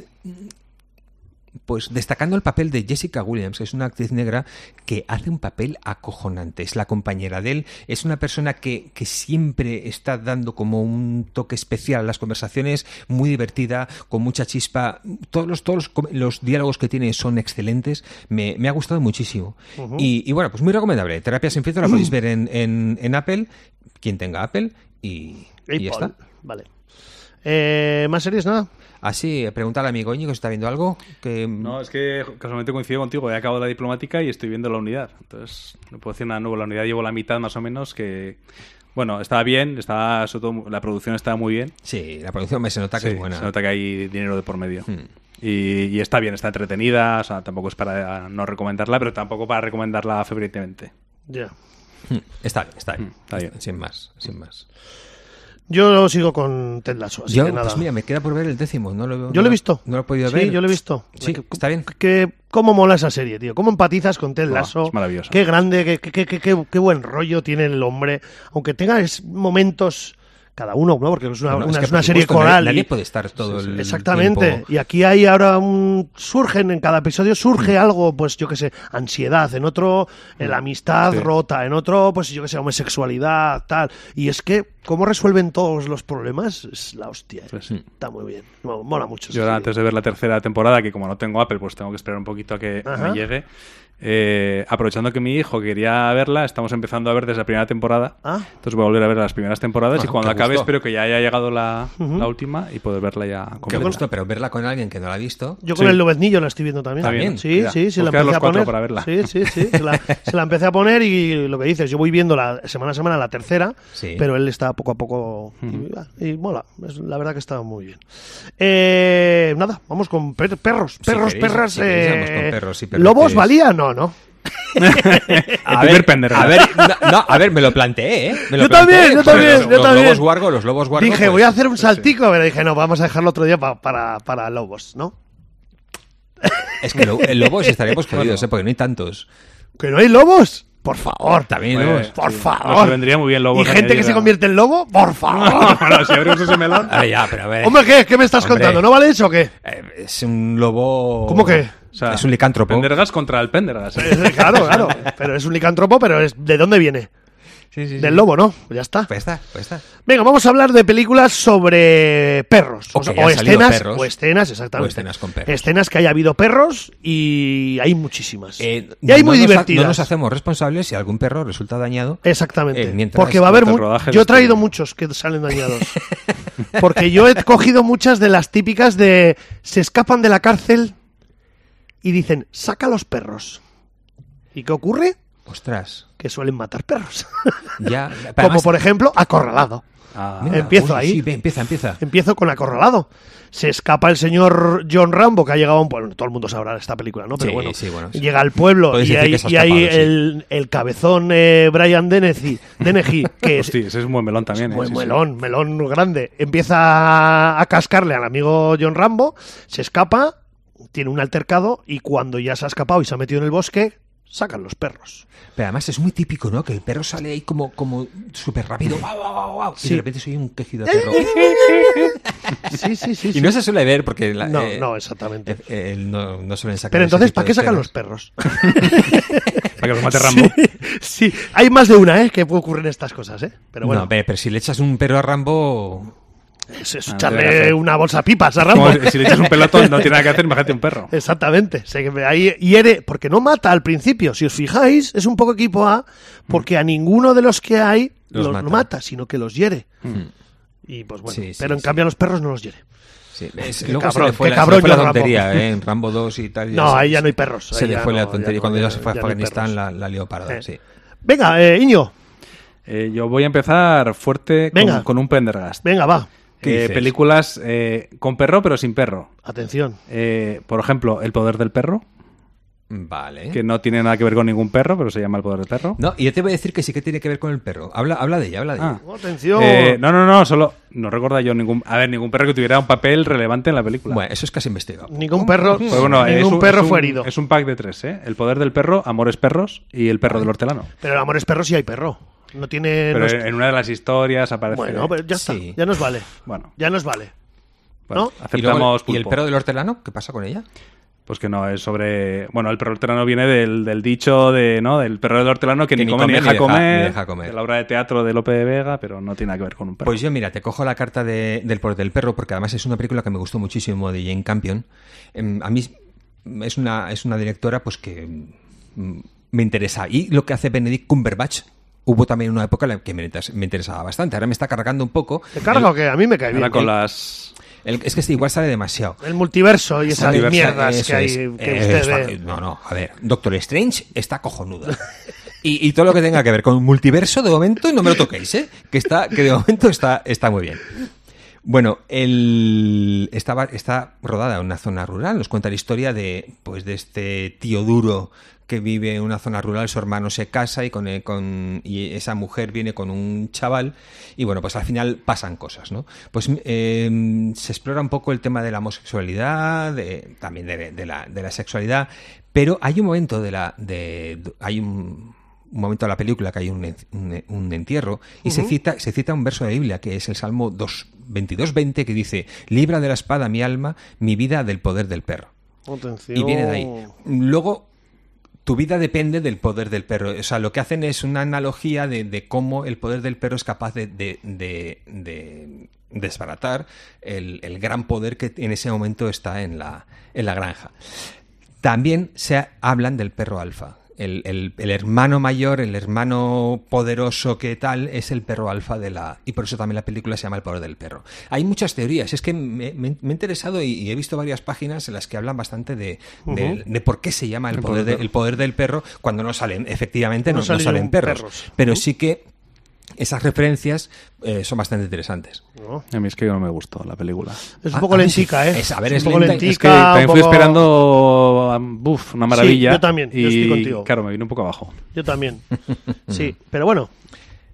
S2: Pues destacando el papel de Jessica Williams, que es una actriz negra que hace un papel acojonante. Es la compañera de él, es una persona que, que siempre está dando como un toque especial a las conversaciones, muy divertida, con mucha chispa. Todos los, todos los, com- los diálogos que tiene son excelentes. Me, me ha gustado muchísimo. y, y bueno, pues muy recomendable. Terapia sin filtro la podéis ver en, en- en Apple, quien tenga Apple, y, y
S1: Ey,
S2: ya
S1: Paul.
S2: está.
S1: Vale. Eh, ¿Más series, nada?
S2: Así, eh, pregunta al amigo Íñigo si está viendo algo. Que...
S3: No, es que casualmente coincido contigo. He acabado la diplomática y estoy viendo la unidad. Entonces, no puedo decir nada nuevo. La unidad llevo la mitad más o menos. Que, bueno, estaba bien. Estaba, sobre todo, la producción estaba muy bien.
S2: Sí, la producción me se nota que
S3: Sí,
S2: es buena. Hmm.
S3: Se nota que hay dinero de por medio. Y, y está bien, está entretenida. O sea, tampoco es para no recomendarla, pero tampoco para recomendarla febrilemente.
S1: Ya.
S2: Mm, Está bien, está bien.
S3: Mm, está bien.
S2: Sin más, sin más.
S1: Yo sigo con Ted Lasso, así
S2: yo,
S1: que nada.
S2: pues mira, me queda por ver el décimo. No lo,
S1: yo
S2: no
S1: lo he visto.
S2: No lo he podido
S1: sí,
S2: ver.
S1: yo lo he visto.
S2: Sí,
S1: Que-
S2: está bien.
S1: que- cómo mola esa serie, tío. Cómo empatizas con Ted
S3: Ah,
S1: Lasso.
S3: es maravilloso.
S1: Qué grande, qué, qué- qué- qué- qué buen rollo tiene el hombre. Aunque tenga es- momentos cada uno, ¿no? porque es una,
S2: Bueno,
S1: una-
S2: que,
S1: es una
S2: por
S1: serie
S2: supuesto,
S1: coral. y-
S2: Nadie, nadie puede estar todo el
S1: Exactamente.
S2: tiempo.
S1: Y aquí hay ahora un. Surgen en cada episodio, surge
S3: Mm.
S1: algo, pues yo qué sé, ansiedad, en otro, eh, la amistad
S3: Sí.
S1: rota, en otro, pues yo qué sé, homosexualidad, tal. Y es que, ¿cómo resuelven todos los problemas? Es la hostia. eh.
S3: Pues sí.
S1: Está muy bien. Mo- Mola mucho.
S2: Pues
S1: esa
S3: Yo ahora,
S1: serie.
S3: antes de ver la tercera temporada, que como no tengo Apple, pues tengo que esperar un poquito a que
S1: Ajá.
S3: me llegue. eh, aprovechando que mi hijo quería verla, estamos empezando a ver desde la primera temporada.
S1: Ah.
S3: Entonces voy a volver a ver las primeras temporadas
S2: Bueno,
S3: y cuando
S2: Ah, qué
S3: acabe
S2: gusto.
S3: espero que ya haya llegado la, la última y poder verla ya
S2: Qué
S3: completa.
S2: gusto, pero verla con alguien que no la ha visto.
S1: Yo con
S3: Sí.
S1: el Lobeznillo la estoy viendo también.
S3: También,
S1: Sí,
S3: ya.
S1: sí, sí, la
S3: Buscar
S1: empecé
S3: los
S1: a
S3: cuatro
S1: poner.
S3: para verla.
S1: Sí, sí, sí. Se
S2: (laughs)
S1: la, se la empecé a poner y lo que dices, yo voy viendo la semana a semana la tercera,
S2: Sí.
S1: pero él está poco a poco. y- ah, Y, mola. Es- la verdad que está muy bien. Eh, nada, vamos con per- perros,
S2: Si
S1: perros,
S2: queréis-
S1: perras.
S2: si queréis, vamos
S1: eh,
S2: con perros y perretes.
S1: ¿Lobos valía? No, no.
S3: El primer pender.
S2: a ver, no, no, a ver, me lo planteé, ¿eh? Me lo
S1: Yo
S2: planteé.
S1: también, yo
S2: Los-
S1: también,
S2: Los,
S1: yo también.
S2: lobos guargo, los lobos guargo.
S1: dije,
S2: pues,
S1: voy a hacer un saltico, pero dije, no, vamos a dejarlo otro día pa- para, para lobos, ¿no?
S2: Es que lo- el
S1: (laughs)
S2: lobos estaríamos jodidos, ¿eh? Porque no hay tantos.
S1: ¿Que no hay lobos? Por favor.
S2: También
S3: Bueno,
S2: lobos.
S1: Por
S3: Sí,
S1: favor.
S3: nos vendría muy bien lobos
S1: ¿Y gente que
S3: añadir
S1: se
S3: a-
S1: convierte en lobo?
S3: (laughs)
S1: Por favor.
S3: (laughs) Bueno, si abrimos ese melón.
S2: Ah, ya, pero a ver.
S1: Hombre, ¿qué? ¿Qué me estás
S2: Hombre.
S1: contando? ¿No vale eso o (laughs) qué?
S2: Eh, Es un lobo.
S1: ¿Cómo que?
S3: O sea,
S2: es un licántropo.
S3: Pendergast contra el Pendergast. ¿eh?
S1: Claro, claro. Pero es un licántropo, pero es ¿de dónde viene?
S2: Sí, sí, sí.
S1: Del lobo, ¿no? Pues ya está.
S2: Pues está, pues está.
S1: Venga, vamos a hablar de películas sobre perros.
S2: O
S1: O, sea,
S2: que ya
S1: o
S2: han salido
S1: escenas,
S2: perros.
S1: o escenas, exactamente.
S2: O escenas con perros.
S1: Escenas que haya habido perros y hay muchísimas.
S2: Eh,
S1: y hay
S2: no
S1: muy
S2: nos ha-
S1: divertidas.
S2: no nos hacemos responsables si algún perro resulta dañado.
S1: Exactamente.
S2: Eh, mientras-
S1: porque va a haber.
S3: mientras
S1: mu-
S3: rodajes
S1: Yo he traído
S3: estén-
S1: muchos que salen
S2: (laughs)
S1: dañados. porque yo he cogido muchas de las típicas de. Se escapan de la cárcel y dicen, saca los perros. ¿Y qué ocurre?
S2: Ostras,
S1: Que suelen matar perros.
S2: ya.
S1: (laughs) Como por ejemplo, acorralado.
S3: Ah,
S1: Mira. empiezo
S2: uy,
S1: ahí.
S2: Sí, ve, empieza, empieza.
S1: Empiezo con acorralado. Se escapa el señor John Rambo, que ha llegado a un pueblo. Todo el mundo sabrá esta película, ¿no? Pero
S2: Sí,
S1: bueno,
S2: sí, bueno, sí.
S1: llega al pueblo
S2: Podéis
S1: y
S2: decir
S1: hay,
S2: que se ha
S1: y hay
S2: escapado, sí.
S1: el, el cabezón eh, Brian Dennehy, Dennehy,
S2: (laughs)
S1: que es,
S3: Hostia, ese es un buen melón también. ¿eh?
S1: Muy
S3: Sí, sí.
S1: melón, melón grande. Empieza a cascarle al amigo John Rambo, se escapa, tiene un altercado y cuando ya se ha escapado y se ha metido en el bosque, sacan los perros.
S2: Pero además es muy típico, ¿no? Que el perro sale ahí como, como súper rápido. guau, guau, guau, guau, Y
S1: Sí.
S2: de repente soy un quejido
S1: (laughs)
S2: de perro.
S1: Sí, sí, (laughs) sí.
S2: y no se suele ver porque. la-
S1: no,
S2: eh,
S1: no, exactamente.
S2: eh, eh, no, no suelen sacar.
S1: Pero
S2: ese
S1: entonces,
S2: tipo
S1: ¿para
S2: de
S1: qué sacan los
S2: escenas.
S1: (laughs) perros?
S3: Para que los mate Rambo.
S1: Sí, hay más de una, ¿eh? Que ocurren estas cosas, ¿eh? Pero bueno,
S2: No, pero, pero si le echas un perro a Rambo.
S1: es, es
S3: Ah, tiene que
S1: echarle
S3: hacer.
S1: una bolsa a pipas a Rambo.
S3: Como si le echas un pelotón, no tiene nada que hacer, imagínate
S2: (laughs)
S3: un perro.
S1: Exactamente. Se- ahí hiere, porque no mata al principio. Si os fijáis, es un poco equipo A, porque a ninguno de los que hay
S2: Los
S1: los
S2: mata. Hmm.
S1: mata, sino que los hiere. Y pues bueno,
S2: Sí, sí,
S1: pero en
S2: sí.
S1: cambio a los perros no los hiere.
S2: Sí, es-
S1: Qué
S2: luego
S1: cabrón,
S2: se le fue,
S1: qué
S2: la, se le
S1: cabrón
S2: fue la
S1: yo, Rambo.
S2: tontería, ¿eh? En Rambo 2 y tal.
S1: No,
S2: se-
S1: ahí ya no hay perros.
S2: Se
S1: Ahí
S2: le
S1: ya
S2: fue
S1: no-
S2: la
S1: ya
S2: tontería.
S1: no-
S2: Cuando
S1: ya-
S2: ya se fue a
S1: ya no hay
S2: Afganistán,
S1: perros.
S2: la, la lió parda,
S1: Eh.
S2: sí.
S1: Venga, eh, Iño,
S3: Eh, yo voy a empezar fuerte con-
S1: Venga.
S3: Con, un Pendergast.
S1: venga, va.
S2: ¿Qué
S3: Eh,
S2: dices?
S3: películas eh, con perro pero sin perro.
S1: Atención.
S3: Eh, por ejemplo, El poder del perro.
S2: Vale.
S3: que no tiene nada que ver con ningún perro, pero se llama El Poder del Perro.
S2: No, y yo te voy a decir que sí que tiene que ver con el perro. Habla, habla de ella, habla de ella.
S3: Ah.
S1: Oh, Atención.
S3: Eh, no, no, no, solo no recuerda yo ningún, a ver, ningún perro que tuviera un papel relevante en la película.
S2: Bueno, eso es casi investigado.
S1: Ningún perro,
S3: Pues bueno, es
S1: ningún
S3: un-
S1: perro
S3: es un-
S1: fue herido.
S3: Es un pack de tres, ¿eh? El poder del perro, amores perros y el perro del hortelano.
S1: Pero el amor es perro si hay perro. No tiene.
S3: Pero
S1: no es-
S3: en una de las historias aparece.
S1: Bueno, pero ya está.
S2: eh, Sí.
S1: Ya nos vale.
S3: Bueno,
S1: Ya nos vale.
S3: bueno,
S1: ¿no?
S2: Y, luego-
S3: aceptamos
S2: ¿Y el
S3: pulpo.
S2: perro del hortelano? ¿Qué pasa con ella?
S3: Pues que no, es sobre. Bueno, el perro hortelano viene del, del dicho de, ¿no? del perro del hortelano que, ni come ni deja, comer,
S2: ni deja comer.
S3: De la obra de teatro de Lope de Vega, pero no tiene nada que ver con un perro.
S2: Pues yo, mira, te cojo la carta de- del poder del perro, porque además es una película que me gustó muchísimo de Jane Campion. Em, a mí es- es una, es una directora pues que mm, me interesa. Y lo que hace Benedict Cumberbatch, hubo también una época en la que me, interes- me interesaba bastante. Ahora me está cargando un poco.
S1: ¿Te carga o qué? A mí me cae
S3: Ahora
S1: bien. ¿eh?
S3: con
S1: El,
S3: las.
S2: El- es que este igual sale demasiado.
S1: multiverso y esas
S2: Multiverso,
S1: mierdas que,
S2: eso
S1: hay,
S2: es.
S1: que
S2: Eh,
S1: usted
S2: es
S1: ve.
S2: fácil. No, no, a ver, Doctor Strange está cojonuda. (laughs) Y, y todo lo que tenga que ver con multiverso, de momento no me lo toquéis, ¿eh? Que, está, que de momento está, está muy bien. Bueno, el, estaba, está rodada en una zona rural. Nos cuenta la historia de, pues, de este tío duro que vive en una zona rural. Su hermano se casa y, con, eh, con- y esa mujer viene con un chaval. Y bueno, pues al final pasan cosas, ¿no? Pues eh, se explora un poco el tema de la homosexualidad, de- también de, de la, de la sexualidad. Pero hay un momento de la. de- hay un, un momento de la película que hay un, en- un- un entierro y se, cita, se cita un verso de la Biblia que es el Salmo 2, 22, 20 que dice, libra de la espada mi alma, mi vida del poder del perro.
S1: Atención.
S2: Y viene de ahí.
S1: Oh.
S2: Luego, tu vida depende del poder del perro. O sea, lo que hacen es una analogía de, de cómo el poder del perro es capaz de, de- de- de desbaratar el, el gran poder que en ese momento está en la, en la granja. También se ha- hablan del perro alfa. El, el- el hermano mayor, el hermano poderoso que tal, es el perro alfa de la... Y por eso también la película se llama El poder del perro. Hay muchas teorías. Es que me, me- me he interesado y, y he visto varias páginas en las que hablan bastante de, de- de por qué se llama el, poder, de- el poder del perro cuando no salen, efectivamente,
S1: No
S2: no, no
S1: salen
S2: salen, perros.
S1: perros.
S2: Pero sí que esas referencias eh, son bastante interesantes.
S1: No.
S3: A mí es que no me gustó la película.
S1: Es un
S2: A-
S1: poco
S2: a mí sí.
S1: lentica, ¿eh?
S2: Ah, Es- a ver, es
S1: un poco
S2: lenta.
S1: lentica.
S3: Es que también fui
S1: un poco-
S3: esperando um, buf, una maravilla.
S1: yo también, yo
S3: y,
S1: estoy contigo.
S3: Claro, me vino un poco abajo.
S1: Yo
S2: (laughs)
S1: también. Sí, pero bueno,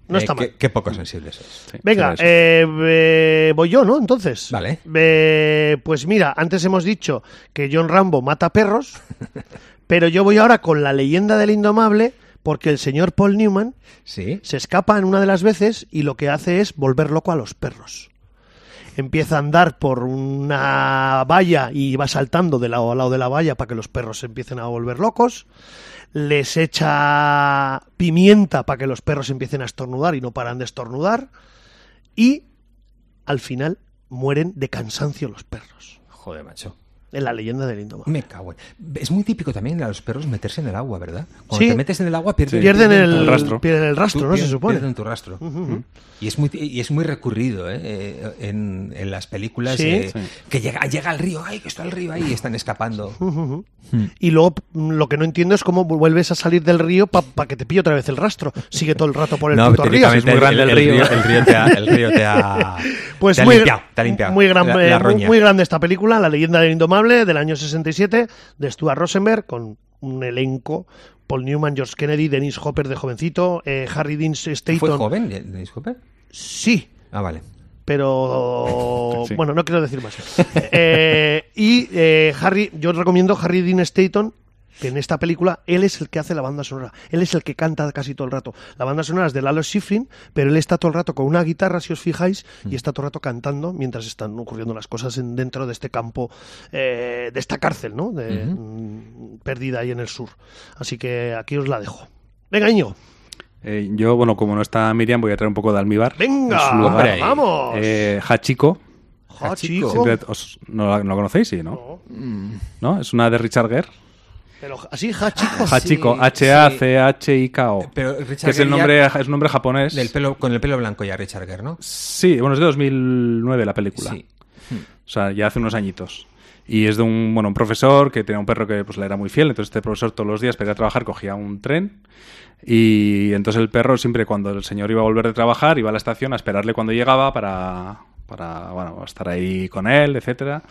S1: no
S2: Eh,
S1: está mal.
S2: Qué, qué poco sensible sois.
S3: Sí,
S1: Venga,
S3: era eso.
S1: eh, eh, voy yo, ¿no? Entonces.
S2: Vale.
S1: Eh, pues mira, antes hemos dicho que John Rambo mata
S2: (laughs)
S1: perros, pero yo voy ahora con la leyenda del indomable porque el señor Paul Newman
S2: Sí.
S1: se escapa en una de las veces y lo que hace es volver loco a los perros. Empieza a andar por una valla y va saltando de lado a lado de la valla para que los perros se empiecen a volver locos. Les echa pimienta para que los perros empiecen a estornudar y no paran de estornudar. Y al final mueren de cansancio los perros.
S2: Joder, macho.
S1: En la leyenda del indomable.
S2: Me cago en- Es muy típico también a los perros meterse en el agua, ¿verdad? Cuando
S1: Sí.
S2: te metes en el agua pierden,
S1: Pierden el,
S3: el rastro.
S1: pierden el rastro,
S2: tú
S1: ¿no? Se
S2: pierden-
S1: supone.
S2: pierden tu rastro. ¿Mm? y, es muy, y es muy recurrido ¿eh? Eh, en, en las películas
S1: Sí.
S2: eh, que llega, llega al río, ¡ay, que está el río ahí! Y
S1: (laughs)
S2: están escapando.
S1: Y luego mm, lo que no entiendo es cómo vuelves a salir del río para que te pille otra vez el rastro. Sigue todo el rato por el puto río.
S2: teóricamente
S3: es muy grande el río.
S2: El río te ha, el río te ha-
S1: (laughs) Pues
S2: te ha
S1: muy,
S2: limpiado. te ha limpiado
S1: Muy, gran-
S2: la- la
S1: eh, muy-
S2: roña.
S1: muy grande esta película, La leyenda del indomable, del año 67, de Stuart Rosenberg, con un elenco. Paul Newman, George Kennedy, Dennis Hopper de jovencito, eh, Harry Dean Stanton.
S2: ¿Fue joven, eh, Dennis Hopper?
S1: Sí,
S2: Ah, vale.
S1: (laughs) pero
S3: Sí.
S1: bueno, no quiero decir más. Eh, y eh, Harry, yo recomiendo Harry Dean Stanton, que en esta película él es el que hace la banda sonora, él es el que canta casi todo el rato. La banda sonora es de Lalo Schifrin, pero él está todo el rato con una guitarra, si os fijáis, y está todo el rato cantando mientras están ocurriendo las cosas en- dentro de este campo, eh, de esta cárcel, ¿no? De, mm, Perdida ahí en el sur. Así que aquí os la dejo. Venga, niño.
S3: Eh, yo, bueno, como no está Miriam, voy a traer un poco de almíbar.
S1: Venga,
S3: en su lugar.
S2: hombre,
S1: vamos.
S3: Eh, Hachiko.
S1: Ja,
S2: Ah,
S1: chico.
S2: chico.
S3: Siempre os- no, la- no la conocéis, sí, ¿no?
S1: No,
S3: ¿No? Es una de Richard Gere.
S1: Pero así, ja, chico.
S3: Hachiko,
S2: sí.
S3: H-A-C-H-I-K-O.
S2: Pero
S3: Que
S2: Richard
S3: es, el
S2: Gere
S3: nombre,
S2: ya-
S3: es un nombre japonés.
S2: Del pelo, con el pelo blanco ya, Richard Gere, ¿no?
S3: Sí, bueno, es de 2009 la película.
S2: Sí.
S3: O sea, ya hace unos añitos. Y es de un, bueno, un profesor que tenía un perro que pues, le era muy fiel. Entonces este profesor todos los días para ir a trabajar cogía un tren. Y entonces el perro siempre cuando el señor iba a volver de trabajar iba a la estación a esperarle cuando llegaba para, para bueno, estar ahí con él, etcétera.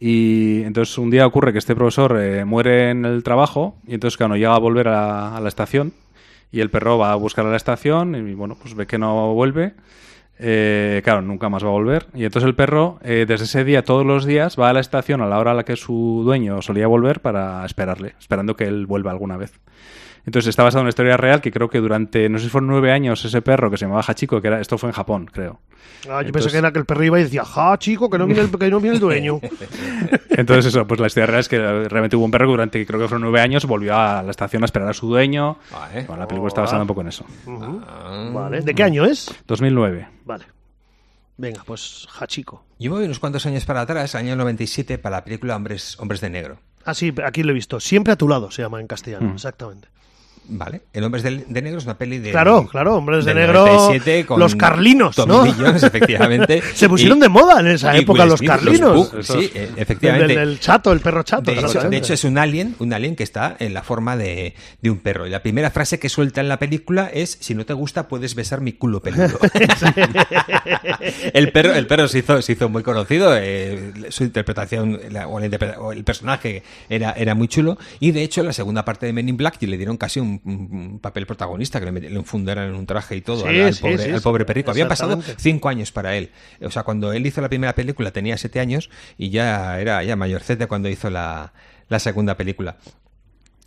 S3: Y entonces un día ocurre que este profesor eh, muere en el trabajo y entonces cuando llega a volver a la, a la estación y el perro va a buscar a la estación y bueno, pues ve que no vuelve. Eh, claro, nunca más va a volver. Y entonces el perro, eh, desde ese día, todos los días, va a la estación a la hora a la que su dueño solía volver para esperarle, esperando que él vuelva alguna vez. Entonces está basado en una historia real que creo que durante, no sé si fueron nueve años, ese perro que se llamaba Hachiko, que era, esto fue en Japón, creo.
S1: Ah, yo
S3: Entonces-
S1: pensé que era que el perro iba y decía, ja, chico, que no
S2: (laughs)
S1: viene el, que no viene el dueño.
S3: Entonces, eso, pues la historia real es que realmente hubo un perro que durante, creo que fueron nueve años, volvió a la estación a esperar a su dueño.
S2: Vale.
S3: Bueno, la película está basada un poco en eso.
S1: Ujú.
S2: Ah.
S1: Vale. ¿De qué año es?
S3: 2009.
S1: Vale. Venga, pues Hachiko.
S2: Yo me voy unos cuantos años para atrás, año 97, para la película Hombres, Hombres de Negro.
S1: Ah, sí, aquí lo he visto. Siempre a tu lado se llama en
S2: Mm.
S1: castellano, exactamente.
S2: Vale. El Hombres del- de, Negro es una peli de.
S1: Claro, claro, Hombres de
S2: del
S1: Negro,
S2: 97 con
S1: los carlinos,
S2: Tommy
S1: ¿no?
S2: Lee Jones, efectivamente.
S1: (laughs) Se pusieron
S2: Y-
S1: de moda en esa
S2: y pues
S1: época
S2: Will
S1: los
S2: Smith,
S1: carlinos.
S2: Buck, sí, eh,
S1: El,
S2: efectivamente.
S1: el- el chato, el perro chato.
S2: De hecho,
S1: exactamente.
S2: de hecho, es un alien, un alien que está en la forma de, de un perro. Y la primera frase que suelta en la película es: si no te gusta, puedes besar mi culo
S1: (laughs)
S2: peludo. el perro, el perro se hizo, se hizo muy conocido. eh, su interpretación la- o, la interpreta- o el personaje era, era muy chulo. Y de hecho, en la segunda parte de Men in Black le dieron casi un, un- un papel protagonista, que le, met- le infundaron en un traje y todo
S1: Sí,
S2: al, al
S1: sí,
S2: pobre,
S1: sí,
S2: al
S1: sí.
S2: pobre perrico. Habían pasado
S1: Exactamente.
S2: cinco años para él. O sea, cuando él hizo la primera película tenía siete años y ya era ya mayorcete cuando hizo la, la segunda película.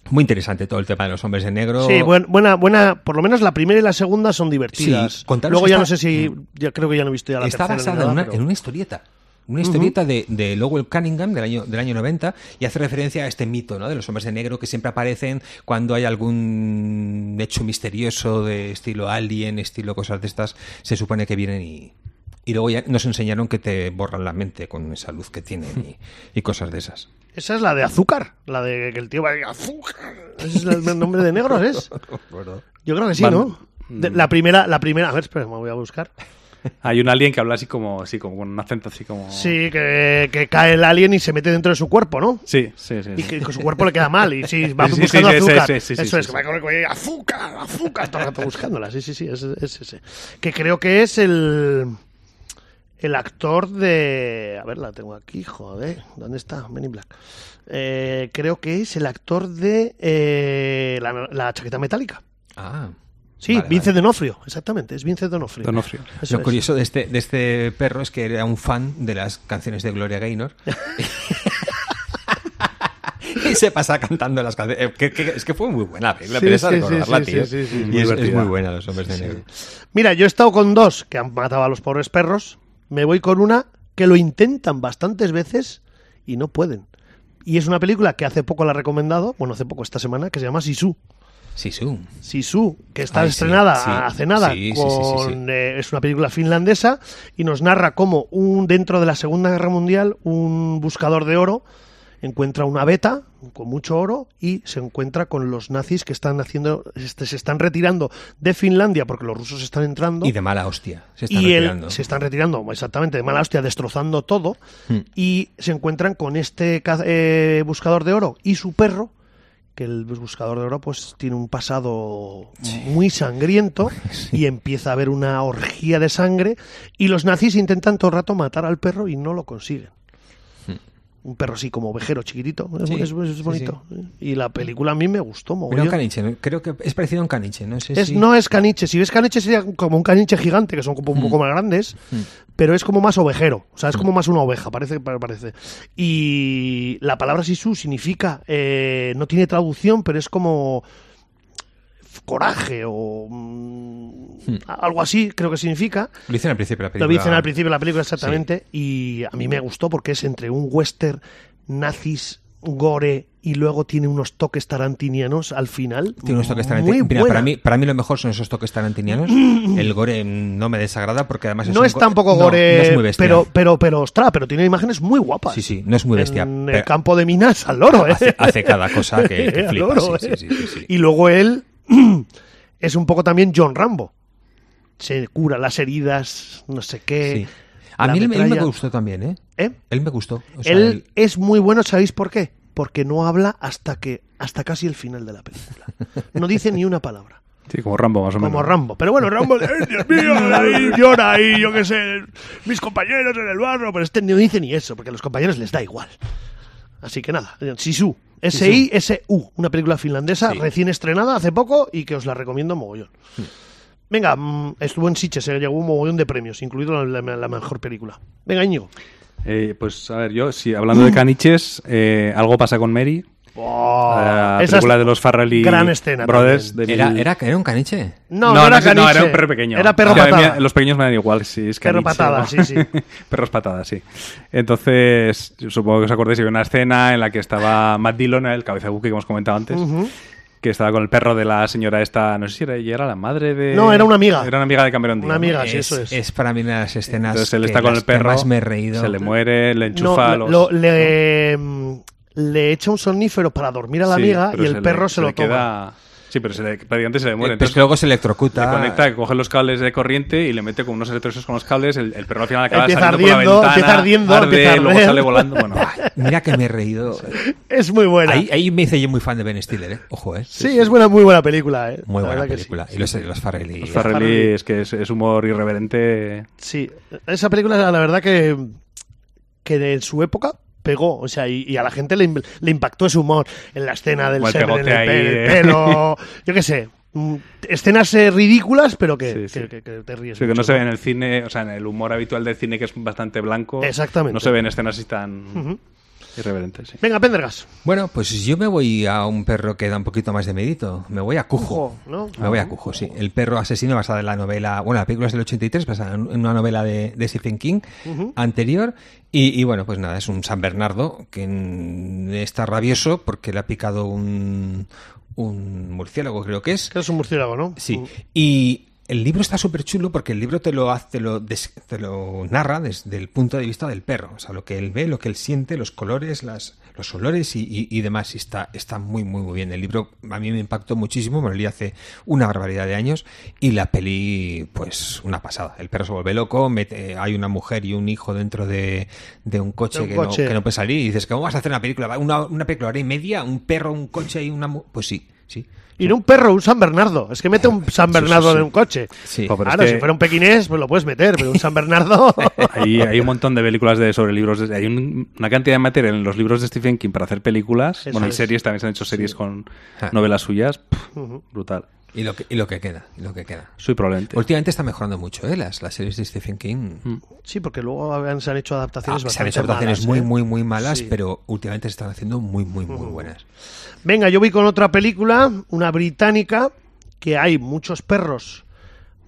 S2: Muy interesante todo el tema de los hombres de negro.
S1: Sí, buen- buena, buena, por lo menos la primera y la segunda son divertidas.
S2: Sí, contaros
S1: Luego
S2: que
S1: ya
S2: está-
S1: no sé si, ya creo que ya no he visto ya la
S2: Está
S1: tercera ni
S2: basada
S1: nada,
S2: en una,
S1: pero-
S2: en una historieta. Una historieta de, de Lowell Cunningham del año, del año 90 y hace referencia a este mito ¿no? de los hombres de negro que siempre aparecen cuando hay algún hecho misterioso de estilo alien, estilo cosas de estas. Se supone que vienen y, y luego ya nos enseñaron que te borran la mente con esa luz que tienen
S1: (laughs)
S2: y, y cosas de esas.
S1: Esa es la de azúcar, la de que el tío va a decir, azúcar. (laughs) Ese es el nombre de negros, ¿es? Yo creo que sí,
S3: Van- Mm.
S1: ¿no? De- la primera, la primera, a ver, espera, me voy a buscar.
S3: Hay un alien que habla así como, así como con un acento así como...
S1: Sí, que, que cae el alien y se mete dentro de su cuerpo, ¿no?
S3: Sí, sí, sí.
S1: Y
S3: sí.
S1: que con su cuerpo le queda mal. Y
S3: (laughs)
S1: sí, va
S3: Sí, sí,
S1: buscando
S3: sí, sí,
S1: azúcar.
S3: sí, sí, sí,
S1: Eso
S3: sí,
S1: es, que
S3: sí.
S1: va con el cuello, azúcar, azúcar, todo el rato buscándola. Sí, sí, sí, es, es ese. Que creo que es el. El actor de. A ver, la tengo aquí, joder. ¿Dónde está? Men in Black. Eh, creo que es el actor de. eh, la, la chaqueta metálica.
S2: Ah.
S1: Sí,
S2: Vale,
S1: Vincent D'Onofrio, exactamente, es Vincent D'Onofrio.
S3: D'Onofrio.
S1: Eso
S2: Lo
S1: es.
S2: curioso de este, de este perro es que era un fan de las canciones de
S1: (laughs)
S2: Gloria Gaynor. y se pasa cantando las canciones. Eh, que- que- es que fue muy buena la película,
S1: Sí,
S2: pero esa
S1: sí,
S2: de recordarla,
S1: sí, sí,
S2: tío.
S1: sí, sí, sí,
S2: Y
S1: muy
S2: es, es
S3: divertida.
S2: muy buena, Los Hombres de Negro.
S1: Mira, yo he estado con dos que han matado a los pobres perros. Me voy con una que lo intentan bastantes veces y no pueden. Y es una película que hace poco la he recomendado, bueno, hace poco esta semana, que se llama Sisu.
S2: Sí, sí.
S1: Sisu, que está
S2: Ay, sí,
S1: estrenada
S2: sí,
S1: hace nada.
S2: sí, sí, sí,
S1: con,
S2: sí, sí.
S1: eh, es una película finlandesa y nos narra cómo un, dentro de la Segunda Guerra Mundial un buscador de oro encuentra una beta con mucho oro y se encuentra con los nazis que están haciendo, este, se están retirando de Finlandia porque los rusos están entrando
S2: Y de mala hostia. Se está
S1: y él-
S2: retirando.
S1: se están retirando exactamente de mala hostia, destrozando todo.
S2: Hmm.
S1: Y se encuentran con este caz- eh, buscador de oro y su perro, que el buscador de oro pues tiene un pasado muy sangriento
S2: (laughs)
S1: y empieza a haber una orgía de sangre. Y los nazis intentan todo el rato matar al perro y no lo consiguen. Un perro así como ovejero chiquitito, es,
S2: Hmm. Sí,
S1: es- es
S2: sí, sí.
S1: bonito. ¿eh? Y la película a mí me gustó
S2: Era
S1: mogollón.
S2: un caniche, ¿no? creo que es parecido a un caniche, ¿no? sé
S1: Es-
S2: si-
S1: No es caniche. Si ves caniche sería como un caniche gigante, que son como un poco
S2: Mm.
S1: más grandes, pero es como más ovejero. O sea, es como más una oveja, parece. pa- parece. Y la palabra sisu significa, eh, no tiene traducción, pero es como f- coraje o mm, a- algo así, creo que significa.
S2: Lo dicen al principio de la
S1: Lo
S2: película.
S1: dicen al principio de la película exactamente y a mí me gustó porque es entre un western, nazis, gore y luego tiene unos toques tarantinianos al final.
S2: Tiene unos toques
S1: Muy
S2: tarantinianos. Mira,
S1: buena.
S2: para mí, para mí lo mejor son esos
S1: (clears throat)
S2: toques tarantinianos. El gore mm, no me desagrada porque además es
S1: No
S2: un
S1: es
S2: go-
S1: tampoco
S2: No,
S1: gore,
S2: no es muy bestia.
S1: pero, pero, pero, ostras, pero tiene imágenes muy guapas.
S2: Sí, sí, no es muy bestia.
S1: En el
S2: pero-
S1: campo de minas, al loro, ¿eh?
S2: hace,
S1: (laughs)
S2: hace cada cosa que, que
S1: Al
S2: flipas,
S1: loro,
S2: sí,
S1: ¿eh?
S2: sí, sí, sí, sí.
S1: Y luego él (clears throat) es un poco también John Rambo. Se cura las heridas, no sé qué.
S2: Sí. A
S1: eh, la
S2: mí él me- él me
S1: metralla.
S2: gustó también, ¿eh?
S1: ¿Eh?
S2: Él me gustó. O sea,
S1: él,
S2: él-
S1: es muy bueno, ¿sabéis por qué? Porque no habla hasta que hasta casi el final de la película. No dice ni una palabra.
S3: Sí, como Rambo, más o menos.
S1: Como Rambo. Pero bueno, Rambo, ¡eh, Dios
S3: (laughs)
S1: mío, ahí llora ahí, yo qué sé, mis compañeros en el barro. Pero este no dice ni eso, porque a los compañeros les da igual. Así que nada, eh, Sisu. S-I-S-U, una película finlandesa recién estrenada hace poco y que os la recomiendo mogollón. Venga, mm, estuvo en Sitges, se llevó un mogollón de premios, incluido la, la- la mejor película. Venga, Íñigo.
S3: Eh, pues a ver, yo, sí, hablando de caniches, eh, algo pasa con Mary. la
S1: Oh, Esa
S3: película
S1: es-
S3: de los Farrelly
S1: gran escena
S3: Brothers. de
S2: ¿Era,
S3: mil-
S2: era, ¿Era un caniche?
S1: No, no, era
S3: sé,
S1: caniche.
S3: era un perro pequeño.
S1: Era perro
S3: O sea,
S1: patada.
S3: mira, los pequeños me dan igual si es
S1: Perro
S3: caniche.
S1: patada,
S3: o-
S1: sí, sí.
S3: (laughs) Perros patadas, sí. Entonces, yo supongo que os acordáis, había una escena en la que estaba Matt Dillon, el cabeza de buque que hemos comentado antes. Que estaba con el perro de la señora esta, no sé si era ella, era la madre de...
S1: No, era una amiga.
S3: Era una amiga de Cameron Díaz.
S1: Una amiga, Ah, sí,
S2: es,
S1: eso es.
S2: para mí una de las escenas
S3: Entonces él
S2: que
S3: está con
S2: las
S3: el perro,
S2: que más me he reído.
S3: se le muere, le
S1: No,
S3: enchufa
S1: lo-
S3: los...
S1: lo- le, mm, le echa un somnífero para dormir a la
S3: Sí,
S1: amiga
S3: pero
S1: y el
S3: le-
S1: perro se, lo
S3: le
S1: toma.
S3: queda- Sí, pero se le, prácticamente se le muere.
S2: Eh, pero es
S3: Entonces
S2: que luego se
S3: le
S2: electrocuta.
S3: conecta, coge los cables de corriente y le mete con unos electrodos con los cables. El, el perro al final acaba
S1: Empieza ardiendo,
S3: saliendo por la ventana.
S1: empieza ardiendo,
S3: arde,
S1: empieza a
S3: luego
S1: arder.
S3: sale volando.
S1: (laughs)
S3: Bueno,
S2: Mira que me he
S3: (laughs)
S2: reído.
S1: Es muy buena.
S2: Ahí, ahí me hice yo muy fan de Ben Stiller, ¿eh? Ojo, ¿eh?
S1: sí, es buena, muy buena película. eh.
S2: Muy
S1: La
S2: buena
S1: verdad que
S2: película.
S1: sí.
S2: y los, los Farrelly.
S3: los Farrelly es que es, es humor irreverente.
S1: Sí, esa película la verdad que, que de su época pegó, o sea, y, y a la gente le, im- le impactó ese humor en la escena del
S3: Igual
S1: semen en
S3: pegote
S1: el, pe-
S3: ahí,
S1: el
S3: eh. (laughs)
S1: pelo, yo qué sé, mm, escenas eh, ridículas pero que,
S3: Sí, sí.
S1: que- que- que te ríes.
S3: Sí, que no
S1: mucho.
S3: se ve en el cine, o sea, en el humor habitual del cine que es bastante blanco.
S1: Exactamente.
S3: No se ven escenas así tan irreverentes. sí.
S1: Venga, Pendergas.
S2: Bueno, pues yo me voy a un perro que da un poquito más de medito. Me voy a Cujo.
S1: Cujo, ¿no?
S2: Me voy a Cujo, sí. El perro asesino basada en la novela. Bueno, la película es del 83, basada en una novela de, de Stephen King anterior. Y, y bueno, pues nada, es un San Bernardo que mm, está rabioso porque le ha picado un, un murciélago, creo que es.
S1: Que eres un murciélago, ¿no?
S2: Sí. Y el libro está súper chulo porque el libro te lo, hace- te, lo des- te lo narra desde el punto de vista del perro. O sea, lo que él ve, lo que él siente, los colores, las, los olores y, y- y demás. Y está, está muy, muy, muy bien. El libro a mí me impactó muchísimo. Me lo leí hace una barbaridad de años. Y la peli, pues, una pasada. El perro se vuelve loco. mete- hay una mujer y un hijo dentro de, de un coche,
S1: De un
S2: que,
S1: coche.
S2: No, que no puede salir. Y dices, ¿cómo vas a hacer una película? ¿Va? Una, una película hora y media, un perro, un coche y una. mu-". Pues sí, sí.
S1: Y no un perro, un San Bernardo. Es que mete un San
S2: (laughs) Sí, sí,
S1: Bernardo
S2: sí.
S1: en un coche.
S2: Sí.
S3: Pero es
S1: Claro,
S3: que-
S1: si fuera un pequinés, pues lo puedes meter, pero un San
S2: (laughs)
S1: Bernardo.
S3: Hay, hay un montón de películas de, sobre libros. de- hay un- una cantidad de material en los libros de Stephen King para hacer películas.
S1: Eso
S3: bueno, y
S1: es.
S3: series también se han hecho series con
S2: Ja.
S3: novelas suyas. Pff, Brutal.
S2: Y lo que, y lo que queda, y lo que queda.
S3: Soy probablemente.
S2: Últimamente está mejorando mucho, ¿eh? Las, las series de Stephen King.
S3: Mm.
S1: sí, porque luego han- se han hecho
S2: Ah,
S1: adaptaciones
S2: se han
S1: bastante
S2: hecho adaptaciones
S1: malas,
S2: muy,
S1: ¿eh?
S2: muy, muy malas,
S1: Sí.
S2: pero últimamente se están haciendo muy, muy, muy buenas.
S1: Venga, yo voy con otra película, una británica, que hay muchos perros,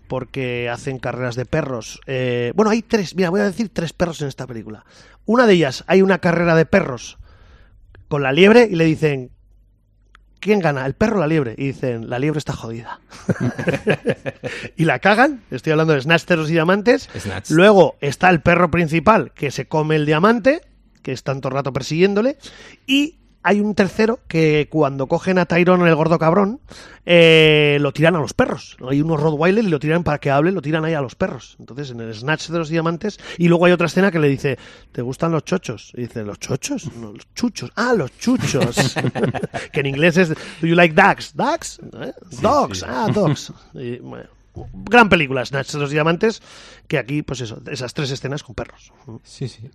S1: porque hacen carreras de perros. Eh, bueno, hay tres, mira, voy a decir tres perros en esta película. Una de ellas, hay una carrera de perros con la liebre y le dicen, ¿quién gana? ¿El perro o la liebre? Y dicen, la liebre está jodida. y la cagan, estoy hablando de snatchers y diamantes.
S2: Snatch.
S1: Luego está el perro principal que se come el diamante, que es tanto rato persiguiéndole. Y hay un tercero que cuando cogen a Tyrone, el gordo cabrón, eh, lo tiran a los perros. Hay unos Rottweiler y lo tiran para que hable, lo tiran ahí a los perros. Entonces en el Snatch de los diamantes. Y luego hay otra escena que le dice, ¿te gustan los chochos? Y dice, ¿los chochos? No, los chuchos. Ah, los chuchos. que en inglés es, ¿do you like ducks? ¿Ducks? ¿Eh? Dogs. Ah, dogs. Y, bueno, gran película, Snatch de los diamantes, que aquí, pues eso, esas tres escenas con perros.
S2: Sí, sí.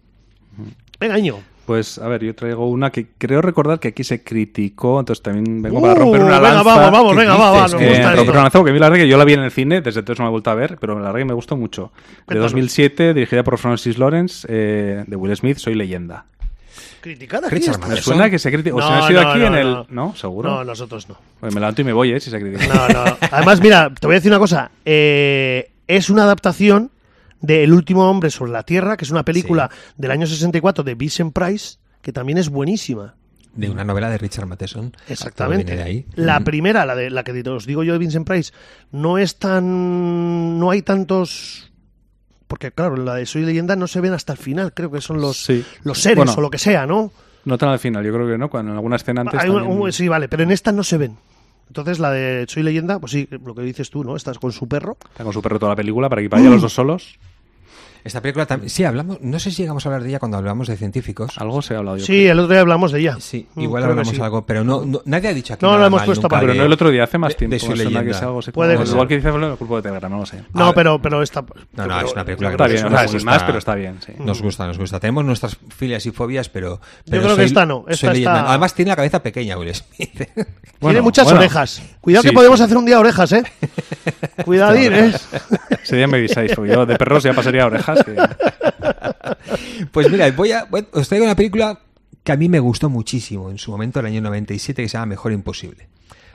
S1: Venga, Íñigo.
S3: Pues a ver, yo traigo una que creo recordar que aquí se criticó, entonces también vengo
S1: Uh,
S3: para romper
S1: venga,
S3: una lanza.
S1: vamos, vamos,
S3: ¿Qué
S1: venga, va, va,
S3: dices?
S1: nos
S3: Que
S1: gusta
S3: romper
S1: esto.
S3: una lanza, porque a mí la verdad que yo la vi en el cine, desde entonces no la he vuelto a ver, pero la verdad que me gustó mucho. De
S1: Cuéntanos.
S3: 2007, dirigida por Francis Lawrence, eh, de Will Smith, Soy Leyenda.
S1: Criticar aquí.
S2: Richard
S1: está-
S3: Me
S2: Madison.
S3: suena que se criticó, o se me ha sido aquí en el... No, seguro.
S1: No, nosotros no.
S3: Pues me levanto y me voy, ¿eh? Si se critica.
S1: (laughs) No, no. Además, mira, te voy a decir una cosa. Eh, es una adaptación de El último hombre sobre la Tierra, que es una película del año 64 de Vincent Price, que también es buenísima.
S2: De una novela de Richard Matheson.
S1: Exactamente.
S2: Todo viene de ahí.
S1: La
S2: Mm.
S1: primera, la de la que os digo yo de Vincent Price, no es tan. no hay tantos. Porque claro, la de Soy Leyenda no se ven hasta el final, creo que son los,
S3: Sí.
S1: los seres
S3: Bueno.
S1: o lo que sea, ¿no?
S3: No tan al final, yo creo que no, cuando en alguna escena antes
S1: Hay un-
S3: también-
S1: un- sí, vale, pero en esta no se ven. Entonces la de Soy Leyenda, pues sí, lo que dices tú, ¿no? Estás con su perro.
S3: está con su perro toda la película, para que vaya los dos solos.
S2: Esta película también. Sí, hablamos. No sé si llegamos a hablar de ella cuando hablamos de científicos.
S3: Algo se ha hablado yo.
S1: Sí, el otro día hablamos de ella.
S2: Sí,
S1: Mm,
S2: igual
S1: creo que
S2: hablamos
S1: sí.
S2: algo, pero no, no- nadie ha dicho aquí.
S1: No,
S2: nada
S1: lo hemos
S2: mal
S1: puesto
S2: nunca
S1: para-
S3: Ah, Pero
S2: de-
S3: no el otro día, hace más
S2: de-
S3: tiempo.
S2: De su
S3: me suena
S2: leyenda.
S3: que sea algo así
S1: Puede
S3: como-
S1: ser.
S3: Igual que dice en el grupo de Telegram, no lo sé.
S1: No, pero, pero esta.
S2: No, no, es una película que
S3: Está
S2: nos
S3: bien, o
S2: gusta.
S3: sea, sin más, pero está bien, sí.
S2: Nos gusta, nos gusta. Tenemos nuestras filias y fobias, pero. pero
S1: creo que esta no, esta
S2: soy leyenda.
S1: está-
S2: Además, tiene la cabeza pequeña, Will Smith. (laughs)
S1: Tiene
S3: Bueno,
S1: muchas
S3: bueno.
S1: orejas. Cuidado
S3: Sí,
S1: que podemos
S3: sí.
S1: hacer un día orejas,
S3: (laughs)
S1: ¿eh? Cuidadín, ¿eh?
S3: Ese día me avisáis, porque yo de perros ya pasaría a orejas. que-
S2: Pues mira, voy a, voy- os traigo una película que a mí me gustó muchísimo en su momento, el año 97, que se llama Mejor Imposible.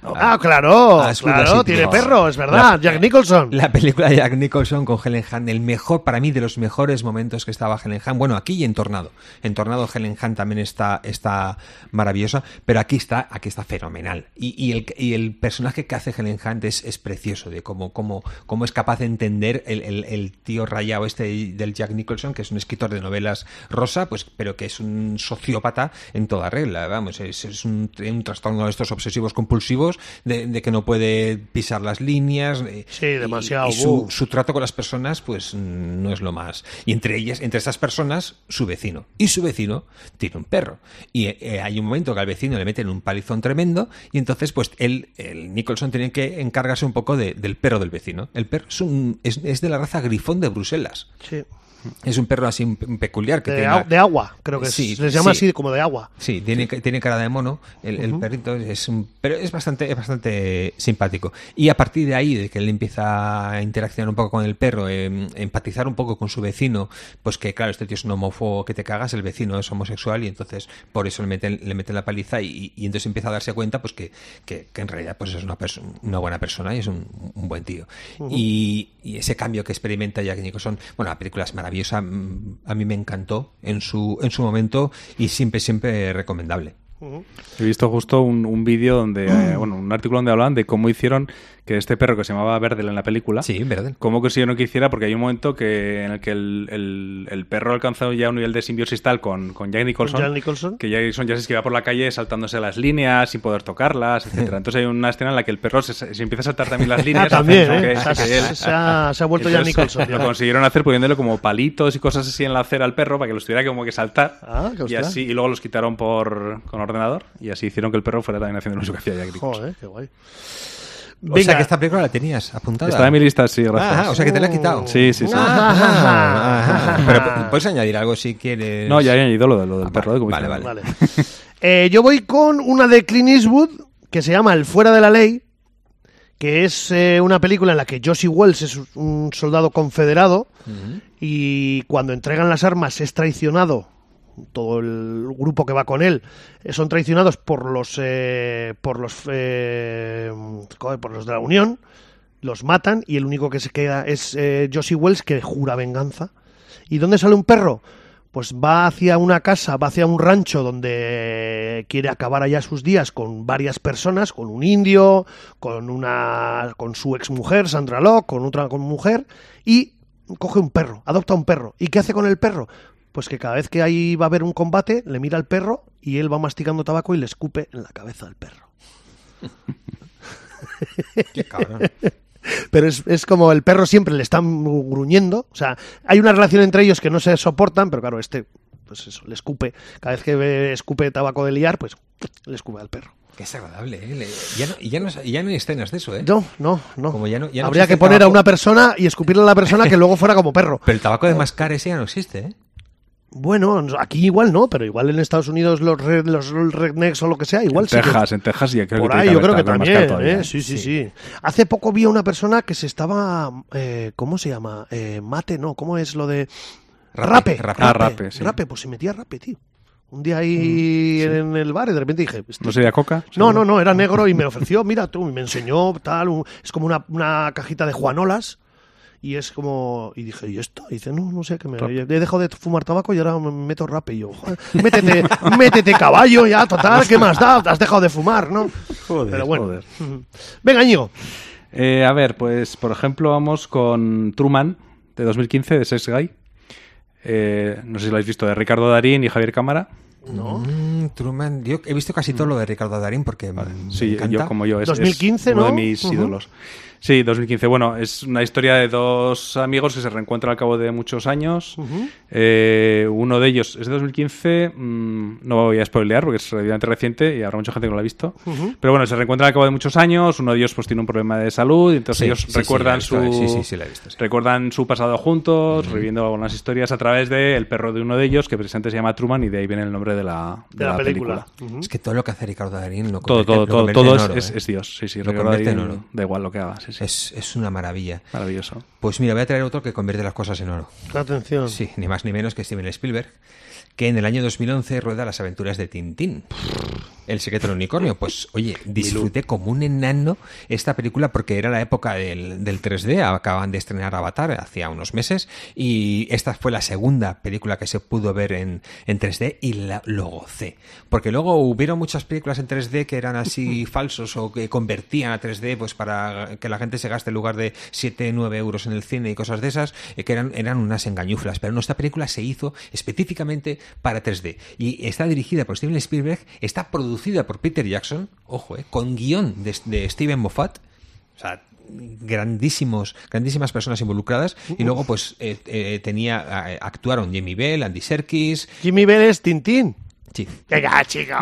S1: Ah, claro,
S2: Ah, es
S1: claro,
S2: Judas y
S1: tiene
S2: Timón.
S1: perro, es verdad.
S2: La-
S1: Jack Nicholson.
S2: La película de Jack Nicholson con Helen Hunt, el mejor, para mí, de los mejores momentos que estaba Helen Hunt. Bueno, aquí y en Tornado. En Tornado Helen Hunt también está, está maravillosa, pero aquí está, aquí está fenomenal. Y, y el, y el personaje que hace Helen Hunt es, es precioso, de cómo, cómo, cómo es capaz de entender el, el- el tío rayado este del Jack Nicholson, que es un escritor de novelas rosa, pues, pero que es un sociópata en toda regla, vamos, es, es un, un trastorno de estos obsesivos compulsivos, de, de que no puede pisar las líneas, eh,
S1: Sí,
S2: y-
S1: demasiado,
S2: Y, su,
S1: buh.
S2: su trato con las personas, pues mm, no es lo más. Y entre ellas, entre esas personas, su vecino. Y su vecino tiene un perro. Y eh, hay un momento que al vecino le meten un palizón tremendo. Y entonces, pues él, el Nicholson, tiene que encargarse un poco de- del perro del vecino. El perro es, un- es, es de la raza grifón de Bruselas.
S1: Sí.
S2: Es un perro así un- un peculiar que
S1: De,
S2: tiene
S1: au-
S2: una-
S1: de agua, creo que es.
S2: Sí,
S1: les llama
S2: sí.
S1: así como de agua.
S2: Sí, tiene, ca- tiene cara de mono, el, el perrito es un- pero es bastante, es bastante simpático. Y a partir de ahí, de que él empieza a interaccionar un poco con el perro, em, empatizar un poco con su vecino, pues que claro, este tío es un homófobo que te cagas, el vecino es homosexual y entonces por eso le meten, le meten la paliza y, y entonces empieza a darse cuenta pues que, que- que en realidad pues es una, perso- una buena persona y es un, un buen tío. y, y ese cambio que experimenta Jack Nicholson, bueno, la película es maravillosa, mm, a mí me encantó en su, en su momento y siempre, siempre recomendable.
S3: He visto justo un, un vídeo donde,
S1: Mm.
S3: eh, bueno, un artículo donde hablaban de cómo hicieron que este perro que se llamaba Verdel en la película,
S2: Sí, ¿verdad?
S3: cómo consiguieron que hiciera, porque hay un momento que en el que el, el- el perro ha alcanzado ya un nivel de simbiosis tal con, con Jack Nicholson,
S1: Jack Nicholson.
S3: que Jack Nicholson ya se esquiva por la calle saltándose las líneas sin poder tocarlas,
S1: (laughs)
S3: etcétera. Entonces hay una escena en la que el perro se, se empieza a saltar también las líneas.
S1: Ah, también,
S3: haciendo
S1: ¿eh?
S3: que-
S1: Se ha-
S3: que él-
S1: se, ha, se ha vuelto
S3: entonces,
S1: Jack Nicholson.
S3: Lo
S1: tío.
S3: consiguieron hacer poniéndole como palitos y cosas así en la acera al perro para que los tuviera como que saltar.
S1: Ah, qué
S3: y
S1: hostia.
S3: así, y luego los quitaron por con ordenador y así hicieron que el perro fuera también haciendo lo mismo que hacía Jack Nicholson.
S1: Joder, qué guay.
S2: O sea
S1: Venga.
S2: que esta película la tenías apuntada.
S3: Está en mi lista, sí, gracias.
S2: Ah, o sea que te la he quitado.
S3: Sí, sí, sí.
S2: Ah, ah, Pero puedes añadir algo si quieres.
S3: No, ya he añadido lo, de- lo del
S2: Ah, vale,
S3: perro de comisión.
S2: vale,
S1: pues- Vale. Eh, yo voy con una de Clint Eastwood que se llama El Fuera de la Ley, que es eh, una película en la que Josie Wells es un soldado confederado y cuando entregan las armas es traicionado. Todo el grupo que va con él eh, son traicionados por los eh, por los eh, joder, por los de la Unión, los matan y el único que se queda es eh, Josie Wells que jura venganza. ¿Y dónde sale un perro? Pues va hacia una casa, va hacia un rancho donde quiere acabar allá sus días con varias personas, con un indio, con una con su exmujer Sandra Locke, con otra con mujer y coge un perro, adopta un perro. ¿Y qué hace con el perro? Pues que cada vez que ahí va a haber un combate, le mira al perro y él va masticando tabaco y le escupe en la cabeza al perro.
S2: Qué cabrón.
S1: pero es, es como el perro siempre le están gruñendo. O sea, hay una relación entre ellos que no se soportan, pero claro, este, pues eso, le escupe. Cada vez que ve- escupe tabaco de liar, pues le escupe al perro.
S2: Qué desagradable, ¿eh? Le- Ya no, ya, no, ya no hay escenas de eso, ¿eh?
S1: No, no, no.
S2: Como ya no- ya no
S1: Habría
S2: existe
S1: que
S2: el
S1: poner a
S2: tabaco.
S1: una persona y escupirle a la persona que luego fuera como perro.
S2: Pero el tabaco de mascar ese ya no existe, ¿eh?
S1: Bueno, aquí igual no, pero igual en Estados Unidos los, red- los rednecks o lo que sea, igual
S3: En
S1: sí. que-
S3: Texas, en Texas ya creo
S1: Por
S3: que tiene
S1: ahí yo
S3: haber
S1: creo que
S3: tabaco más
S1: también,
S3: todavía.
S1: ¿eh? Sí, sí, sí, Hace poco vi a una persona que se estaba, eh, ¿cómo se llama? Eh, mate, no, ¿cómo es lo de...? Rape.
S2: Rape,
S1: Rape,
S2: rape.
S3: Ah, rape, sí.
S1: Rape, pues se metía rape, tío. Un día ahí en el bar y de repente dije... este-
S3: Mm, ¿No sería coca?
S1: no, no, no,
S2: (laughs)
S1: era negro y me ofreció, mira tú, y me enseñó tal, un- es como una, una cajita de Juanolas y es como, y dije, ¿y esto? Y dice, no, no sé, que me he dejado de fumar tabaco y ahora me meto rape y yo, joder, métete, (laughs) métete caballo ya, total, ¿qué más da? Has dejado de fumar, ¿no?
S3: Joder,
S1: Pero bueno.
S3: joder.
S1: (laughs) Venga, Íñigo.
S3: Eh, a ver, pues por ejemplo vamos con Truman de 2015 de Sex Guy. Eh, no sé si lo habéis visto, de Ricardo Darín y Javier Cámara.
S1: ¿no?
S2: Mm, Truman, yo he visto casi todo lo de Ricardo Darín porque mm, me
S3: Sí,
S2: encanta.
S3: yo como yo. Es,
S1: 2015,
S3: es uno
S1: ¿no?
S3: de mis
S1: Ujú.
S3: ídolos. Sí, 2015. Bueno, es una historia de dos amigos que se reencuentran al cabo de muchos años. Eh, uno de ellos es de 2015. mm, no voy a spoilear porque es relativamente reciente y habrá mucha gente que no lo ha visto. Pero bueno, se reencuentran al cabo de muchos años. Uno de ellos pues tiene un problema de salud. y Entonces
S2: Sí,
S3: ellos
S2: sí, sí, la
S3: recuerdan
S2: he visto,
S3: su...
S2: sí, sí, sí, la he visto, sí.
S3: Recuerdan su pasado juntos, reviviendo algunas historias a través del perro de uno de ellos que precisamente se llama Truman y de ahí viene el nombre de la,
S1: De la película.
S2: Es que todo lo que hace Ricardo Darín lo
S3: Todo,
S2: convierte-
S3: todo,
S2: lo
S3: todo,
S2: convierte
S3: todo
S2: en
S3: es,
S2: oro,
S3: es-
S2: ¿eh?
S3: es Dios. Sí, sí,
S2: Lo
S3: Ricardo
S2: convierte en
S3: Darín,
S2: oro.
S3: Da igual lo que haga. Sí, sí.
S2: Es, es una maravilla.
S3: Maravilloso. (laughs)
S2: Pues mira, voy a traer otro que convierte las cosas en oro.
S1: Atención.
S2: Sí, ni más ni menos que Steven Spielberg, que en el año 2011 rueda las aventuras de Tintín. El secreto del unicornio. Pues oye, disfruté como un enano esta película porque era la época del, del 3D, acaban de estrenar Avatar hacía unos meses y esta fue la segunda película que se pudo ver en, en 3D y la, lo gocé. Porque luego hubieron muchas películas en 3D que eran así falsos o que convertían a 3D pues para que la gente se gaste en lugar de 7, 9 euros en el cine y cosas de esas, eh, que eran, eran unas engañuflas. Pero no, esta película se hizo específicamente para 3D. Y está dirigida por Steven Spielberg, está producida por Peter Jackson, ojo, eh, con guión de, de Steven Moffat. O sea, grandísimos, grandísimas personas involucradas. Y luego, pues, eh, eh, tenía, eh, actuaron Jamie Bell, Andy Serkis.
S1: Jimmy Vélez, Tintín.
S2: Sí.
S1: Venga,
S2: (laughs)
S1: chico,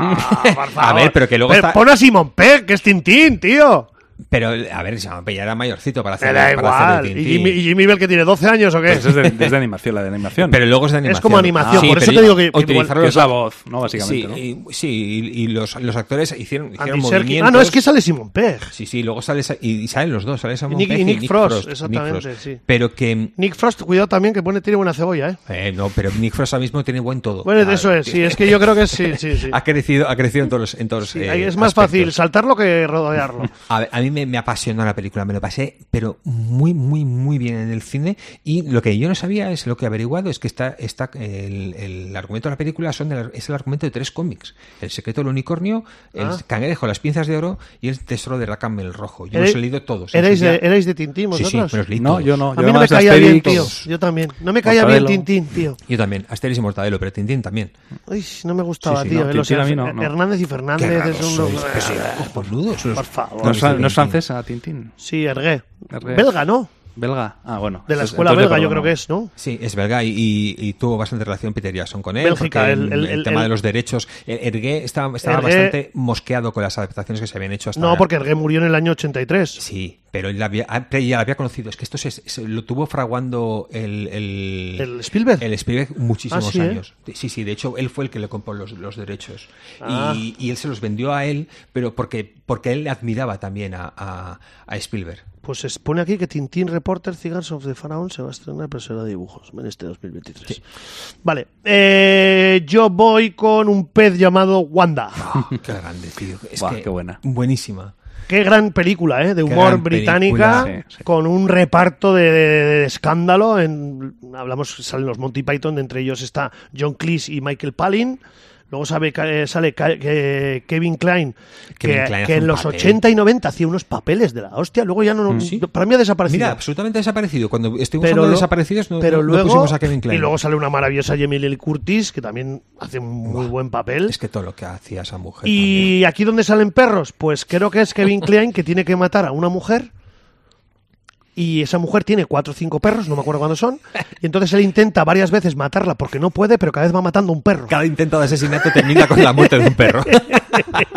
S1: por favor.
S2: ver, pero que luego está-
S1: Pon a Simon Pegg, que es Tintín, tío.
S2: Pero, a ver, se me pillará mayorcito para
S1: Me
S2: hacer,
S1: da
S2: para
S1: igual.
S2: hacer de
S1: ¿Y
S2: Tintín. Pues
S1: Jimmy, y Jimmy Bell, que tiene 12 años o qué?
S3: Pero eso es de, es de animación, la de animación. Ah,
S2: Pero luego es de animación. Ah,
S1: como animación, por
S2: pero
S1: eso te digo que- que igual-
S2: utilizar
S3: Que
S2: los-
S3: es la voz, ¿no? Básicamente,
S2: Sí,
S3: ¿no?
S2: y, sí, y- y los, los actores hicieron, hicieron
S1: Andy Serkis.
S2: movimientos.
S1: Ah, no, es que sale Simon Pegg.
S2: Sí, sí, luego sale, Sa- y y salen los dos, sale Simon
S1: Y Nick-
S2: Pegg
S1: y Nick Frost,
S2: Nick
S1: exactamente,
S2: Frost.
S1: sí.
S2: Pero que...
S1: Nick Frost, cuidado también, que pone, tiene buena cebolla, ¿eh?
S2: eh, no, pero Nick Frost ahora mismo tiene buen todo.
S1: Bueno,
S2: Claro,
S1: eso es, sí,
S2: tiene-
S1: es que yo
S2: (laughs)
S1: creo que sí, sí, sí.
S2: Ha crecido, ha crecido en todos los... En todos,
S1: Sí,
S2: eh,
S1: ahí es más
S2: aspectos.
S1: fácil saltarlo que
S2: (laughs)
S1: rodearlo.
S2: A, ver, a mí me, me apasionó la película, me lo pasé, pero muy, muy, muy bien en el cine. Y lo que yo no sabía es lo que he averiguado: es que está, está el, el argumento de la película son el- es el argumento de tres cómics: El secreto del unicornio, El
S1: Ah.
S2: cangrejo, Las piezas de oro y El tesoro de Rackham el rojo. Yo los he leído todos. en
S1: ¿Erais
S2: su día.
S1: de, erais de Tintín
S2: Sí, sí,
S1: vosotros?
S2: me los leí
S3: No,
S2: todos.
S3: yo no.
S1: a
S3: yo
S1: mí no me
S3: además de
S1: caía bien, tío.
S3: Asterix,
S1: Yo también. No me caía bien
S3: Mortadelo.
S1: Tintín, tío.
S2: Yo también, Asterix y Mortadelo, pero Tintín también.
S1: Uy, no me gustaba,
S2: Sí, sí,
S1: tío.
S3: no,
S1: eh, los
S3: Tintín a mí no, no.
S1: Hernández y
S2: Qué
S1: Fernández
S2: raros
S1: es un...
S2: sois, que eh. sois cojonudos, los-
S1: Por favor.
S3: ¿No es,
S2: Tintín.
S3: no es francesa, Tintín?
S1: Sí, Ergué.
S3: Ergué.
S1: Belga, ¿no?
S3: ¿Belga? Ah, bueno.
S1: De la
S3: Entonces-
S1: escuela
S3: entonces
S1: belga, yo creo
S3: perdonamos.
S1: que es, ¿no?
S2: Sí, es belga y, y- y tuvo bastante relación Peter Jackson con él.
S1: Bélgica,
S2: porque
S1: el-
S2: el,
S1: el-
S2: el
S1: el-
S2: tema
S1: el-
S2: de los derechos. Er- Ergué estaba, estaba
S1: Ergué-
S2: bastante mosqueado con las adaptaciones que se habían hecho hasta
S1: No, porque Ergué murió en el año 83.
S2: Sí, pero él la había, ah, pero ya la había conocido. Es que esto se, se- lo tuvo fraguando el, el,
S1: ¿El Spielberg?
S2: el Spielberg muchísimos
S1: Ah, sí, ¿eh?
S2: años. Sí, sí, de hecho, él fue el que le compró los, los derechos.
S1: Ah.
S2: Y, y él se los vendió a él, pero porque, porque él admiraba también a, a, a Spielberg.
S1: Pues se pone aquí que Tintín Reporter Cigars of the Pharaoh se va a estrenar, pero será de dibujos en este 2023. Vale. eh, yo voy con un pez llamado Wanda.
S2: Ah, (laughs) qué grande, tío. Es
S3: Buah,
S2: que
S3: qué buena.
S2: Buenísima.
S1: Qué gran película, ¿eh? De
S2: Qué
S1: humor
S2: gran
S1: británica,
S3: película. Sí, sí.
S1: con un reparto de, de- de escándalo. En, hablamos, salen los Monty Python, de entre ellos está John Cleese y Michael Palin. Luego sabe, ca- eh, sale ca- que Kevin Klein,
S2: Kevin
S1: que,
S2: Kline
S1: que
S2: hace
S1: en
S2: un
S1: los
S2: papel. Mm,
S1: 80 y 90 hacía unos papeles de la hostia. Luego ya no.
S2: sí.
S1: Para mí ha desaparecido.
S2: Mira, absolutamente desaparecido. Cuando estuvimos hablando de
S1: Pues lo-
S2: desaparecidos, no,
S1: pero
S2: no- no
S1: luego,
S2: pusimos a Kevin Klein.
S1: Y luego sale una maravillosa Jamie Lee Curtis, que también hace un muy buen papel.
S2: Es que todo lo que hacía esa mujer. también.
S1: ¿Y aquí dónde salen perros? Pues creo que es
S2: (laughs)
S1: Kevin Klein que tiene que matar a una mujer. Y esa mujer tiene cuatro o cinco perros, no me acuerdo cuándo
S2: (laughs)
S1: son. Y entonces él intenta varias veces matarla porque no puede, pero cada vez va matando un perro.
S2: Cada intento de asesinato termina con la muerte de un perro. (laughs)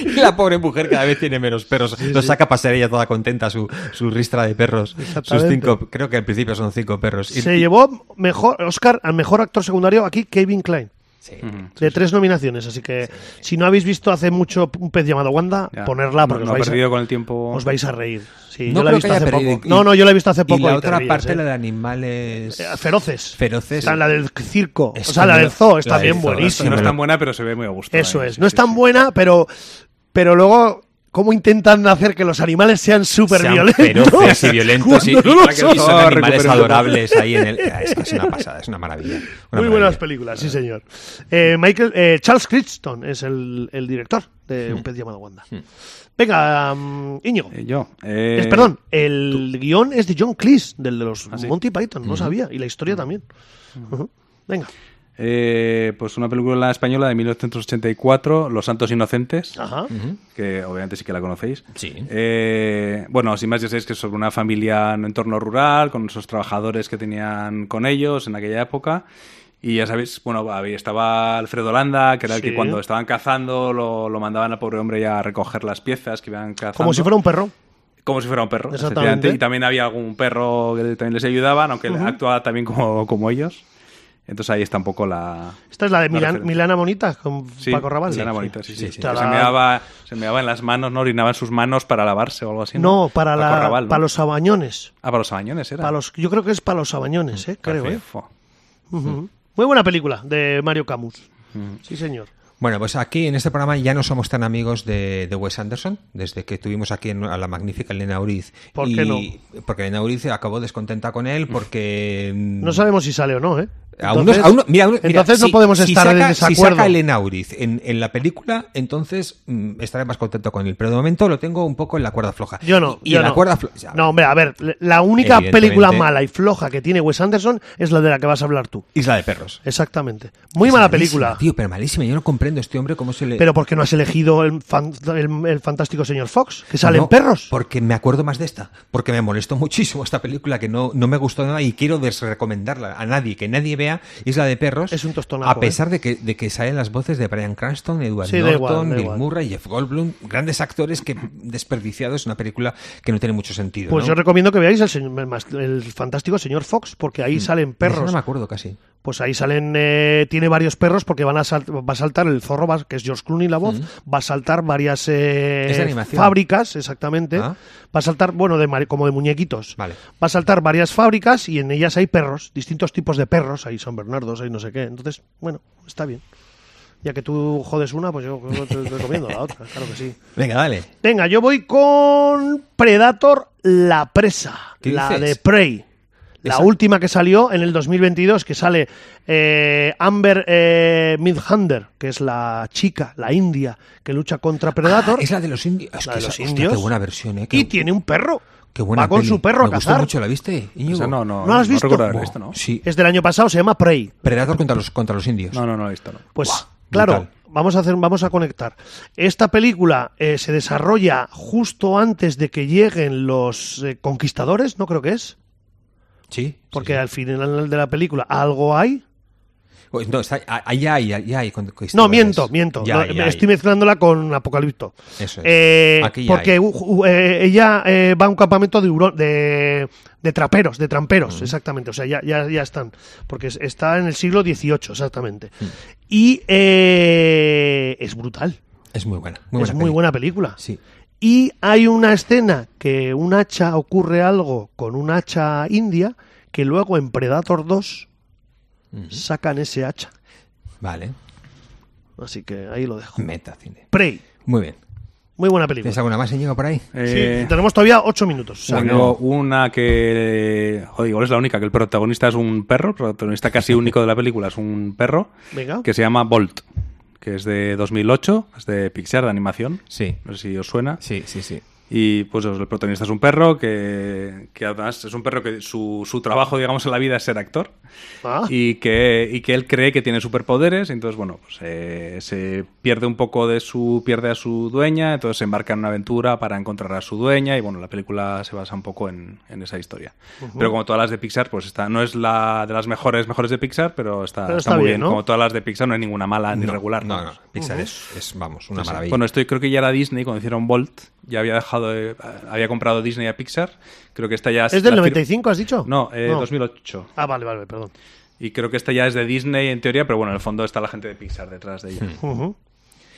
S2: Y la pobre mujer cada vez tiene menos perros. Los saca a pasear ella toda contenta su, su ristra de perros. Sus
S1: Exactamente.
S2: cinco, creo que al principio son cinco perros. Y-
S1: Se llevó mejor Oscar al mejor actor secundario aquí Kevin Klein.
S2: Sí.
S1: De tres nominaciones, así que si no habéis visto hace mucho un pez llamado Wanda,
S3: Ya.
S1: ponerla porque
S3: No, no
S1: os,
S3: ha
S1: vais
S3: perdido
S1: a,
S3: con el tiempo.
S1: os vais a reír. Sí,
S2: No
S1: yo la he
S2: creo que
S1: visto
S2: haya
S1: hace
S2: perdido.
S1: poco. no, no, yo la he visto hace poco.
S2: Y la
S1: te
S2: otra
S1: ríes,
S2: parte,
S1: ¿eh?
S2: la de animales.
S1: Eh, feroces.
S2: Feroces.
S1: Está la del circo.
S2: Es
S1: o sea, la
S2: como-
S1: del zoo es
S2: la del
S1: también
S2: zoo,
S1: buenísima.
S3: No es
S2: pero-
S3: tan buena, pero se ve muy a gusto.
S1: Eso
S3: ahí,
S1: es.
S3: sí,
S1: No es
S3: sí,
S1: tan
S3: sí.
S1: buena, pero, pero luego, ¿cómo intentan hacer que los animales sean súper
S2: Sean
S1: violentos? (laughs)
S2: feroces y violentos sí.
S1: cuando no lo
S2: Y
S1: son? Ah,
S2: son animales
S3: Recuperando.
S2: adorables ahí en el Ah, es, que es una pasada es una maravilla una
S1: Muy buenas
S2: maravilla.
S1: películas, sí, señor. Eh, Michael, eh, Charles Crichton es el, el director de
S2: Hmm.
S1: Un pez llamado Wanda. Venga, mm, Íñigo.
S3: Eh, yo. eh,
S1: Es- perdón, el guión es de John Cleese, del de los
S3: ¿sí?
S1: Monty Python, no sabía, y la historia también. Ujú. Venga.
S3: eh, pues una película española de 1984, Los Santos Inocentes,
S1: Ajá.
S3: que obviamente sí que la conocéis.
S2: Sí.
S3: Eh, bueno, sin más ya sabéis que es sobre una familia en entorno rural, con esos trabajadores que tenían con ellos en aquella época. Y ya sabéis, bueno, había- estaba Alfredo Landa, que era el
S1: Sí.
S3: que cuando estaban cazando lo, lo mandaban al pobre hombre ya a recoger las piezas que iban cazando.
S1: Como si fuera un perro.
S3: Como si fuera un perro,
S1: Exactamente.
S3: efectivamente. Y también había algún perro que también les ayudaban, aunque actuaba también como, como ellos. Entonces ahí está un poco la...
S1: Esta es la de
S3: La
S1: Milan-
S3: referencia.
S1: Milana Bonita con
S3: Sí,
S1: Paco Rabanne.
S3: sí, era
S1: Sí.
S3: bonito, sí, sí,
S2: Sí, sí.
S3: sí. Que
S1: Está
S3: Se,
S1: la-
S3: meaba, se meaba en las manos, ¿no? Orinaban sus manos para lavarse o algo así.
S1: No, para, la,
S3: Paco Rabanne, ¿no?
S1: para los abañones.
S3: Ah, para los abañones era.
S1: Para los, yo creo que es para los abañones, eh, creo. eh.
S3: Perfecto.
S1: Ujú. Muy buena película de Mario Camus. Sí, señor.
S2: Bueno, pues aquí en este programa ya no somos tan amigos de, de Wes Anderson, desde que tuvimos aquí en- a la magnífica Elena Uriz.
S1: ¿Por
S2: Y-
S1: qué
S2: Porque Elena Uriz acabó descontenta con él porque... mm,
S1: No sabemos si sale o no, ¿eh?
S2: Aún no- aún no- mira, aún- mira,
S1: entonces no
S2: si-
S1: podemos
S2: si
S1: estar
S2: saca-
S1: en desacuerdo.
S2: Si saca Elena Uriz en, en la película, entonces mm, estaré más contento con él. Pero de momento lo tengo un poco en la cuerda floja.
S1: Yo no.
S2: Y, y
S1: yo
S2: en la
S1: no.
S2: cuerda floja...
S1: No, hombre, a ver, le- la única
S2: Evidentemente.
S1: película mala y floja que tiene Wes Anderson es la de la que vas a hablar tú.
S2: Isla de Perros.
S1: Exactamente. Muy
S2: Es
S1: mala
S2: malísima,
S1: película.
S2: Tío, pero malísima. Yo no comprendo a este hombre cómo se le...
S1: Pero ¿por qué no has elegido el, fan- el- el fantástico señor Fox? Que salen
S2: No,
S1: perros.
S2: Porque me acuerdo más de esta. Porque me molestó muchísimo esta película que no, no me gustó nada y quiero desrecomendarla a nadie, que nadie vea Isla de Perros.
S1: Es un tostonazo,
S2: A pesar de, que, de que salen las voces de Brian Cranston, Edward
S1: Sí, da
S2: Norton,
S1: igual, da
S2: Bill
S1: igual.
S2: Murray, Jeff Goldblum, grandes actores que desperdiciados en una película que no tiene mucho sentido.
S1: Pues
S2: ¿no?
S1: yo recomiendo que veáis el, señor- el mas- el fantástico señor Fox, porque ahí salen
S2: Eso
S1: perros.
S2: Mm. No me acuerdo casi.
S1: Pues ahí salen, eh, tiene varios perros porque van a sal- va a saltar el zorro, va- que es George Clooney la voz, va a saltar varias eh,
S2: Mm. Es de animación.
S1: fábricas, exactamente.
S2: Ah.
S1: Va a saltar, bueno, de mari- como de muñequitos.
S2: Vale.
S1: Va a saltar varias fábricas y en ellas hay perros, distintos tipos de perros, hay San Bernardos, hay no sé qué. Entonces, bueno, está bien. Ya que tú jodes una, pues yo (laughs) te recomiendo la otra, claro que sí.
S2: Venga, dale.
S1: Venga, yo voy con Predator la presa,
S2: ¿Qué
S1: la
S2: dices?
S1: de Prey. La
S2: Esa-
S1: última que salió en el 2022, que sale eh, Amber eh, Midhunter, que es la chica, la india, que lucha contra Predator.
S2: Ah, es la de los indios. Es
S1: La
S2: que
S1: de los
S2: esa- hostia,
S1: indios.
S2: qué buena versión, ¿eh? Qué,
S1: Y tiene un perro.
S2: qué buena
S1: Va con
S2: peli.
S1: su perro a
S2: me
S1: cazar.
S2: Gustó mucho, ¿la viste? Íñigo?
S3: O sea, no, no,
S1: ¿No la has visto?
S3: recuerdo haber
S2: Buah,
S3: visto, ¿no?
S2: Sí.
S1: Es del año pasado, se llama Prey.
S2: Predator contra los, contra los indios.
S3: No, no, no la he visto. no.
S1: Pues
S2: Buah,
S1: claro,
S2: brutal.
S1: vamos a hacer, vamos a conectar. Esta película eh, se desarrolla justo antes de que lleguen los eh, conquistadores, no creo que es,
S2: Sí.
S1: porque al final de la película algo hay.
S2: Pues no, está, ahí hay, ahí hay. con- con
S1: No,
S2: historias.
S1: miento, miento.
S2: Ya
S1: No,
S2: hay,
S1: me
S2: ya
S1: Estoy
S2: hay.
S1: mezclándola con Apocalipto.
S2: Eso es.
S1: Eh,
S2: Aquí ya
S1: porque
S2: hay.
S1: u- u- eh, ella eh, va a un campamento de, huro- de, de traperos, de tramperos, exactamente. O sea, ya, ya, ya están. Porque es- está en el siglo XVIII, exactamente.
S2: Mm.
S1: Y eh, es brutal.
S2: Es muy buena. Muy buena
S1: es muy
S2: peli.
S1: buena película.
S2: Sí.
S1: Y hay una escena que un hacha ocurre algo con un hacha india que luego en Predator 2 sacan ese hacha.
S2: Vale.
S1: Así que ahí lo dejo.
S2: Meta cine.
S1: Prey.
S2: Muy bien.
S1: Muy buena película.
S2: ¿Tienes alguna más, Íñigo, por ahí?
S3: Eh,
S1: Sí, tenemos todavía ocho minutos. O sea,
S3: Tengo una que. Joder, igual es la única, que el protagonista es un perro, el protagonista casi único de la película es un perro,
S1: Venga.
S3: que se llama Bolt, que es de 2008, es de Pixar, de animación.
S2: Sí.
S3: No sé si os suena.
S2: Sí, sí, sí.
S3: Y pues el protagonista es un perro que, que además es un perro que su, su trabajo, digamos, en la vida es ser actor.
S1: ah,
S3: Y que, y que él cree que tiene superpoderes, entonces, bueno, pues eh, se pierde un poco de su. pierde a su dueña, entonces se embarca en una aventura para encontrar a su dueña, y bueno, la película se basa un poco en, en esa historia. Pero como todas las de Pixar, pues está. no es la de las mejores, mejores de Pixar, pero está,
S1: Pero
S3: está
S1: está
S3: muy
S1: bien,
S3: bien.
S1: ¿no?
S3: Como todas las de Pixar, no hay ninguna mala ni regular.
S2: No,
S3: vamos.
S2: no. Pixar es, es, vamos, una
S3: Sí, sí.
S2: maravilla.
S3: Bueno, estoy, creo que ya era Disney cuando hicieron Bolt, ya había dejado, de- había comprado Disney a Pixar. Creo que esta ya
S1: ¿Es del
S3: la fir-
S1: 95, has dicho?
S3: No, eh, 2008.
S1: Ah, vale, vale, perdón.
S3: Y creo que esta ya es de Disney en teoría, pero bueno, en el fondo está la gente de Pixar detrás de
S2: Hmm.
S3: ella.
S1: Ujú.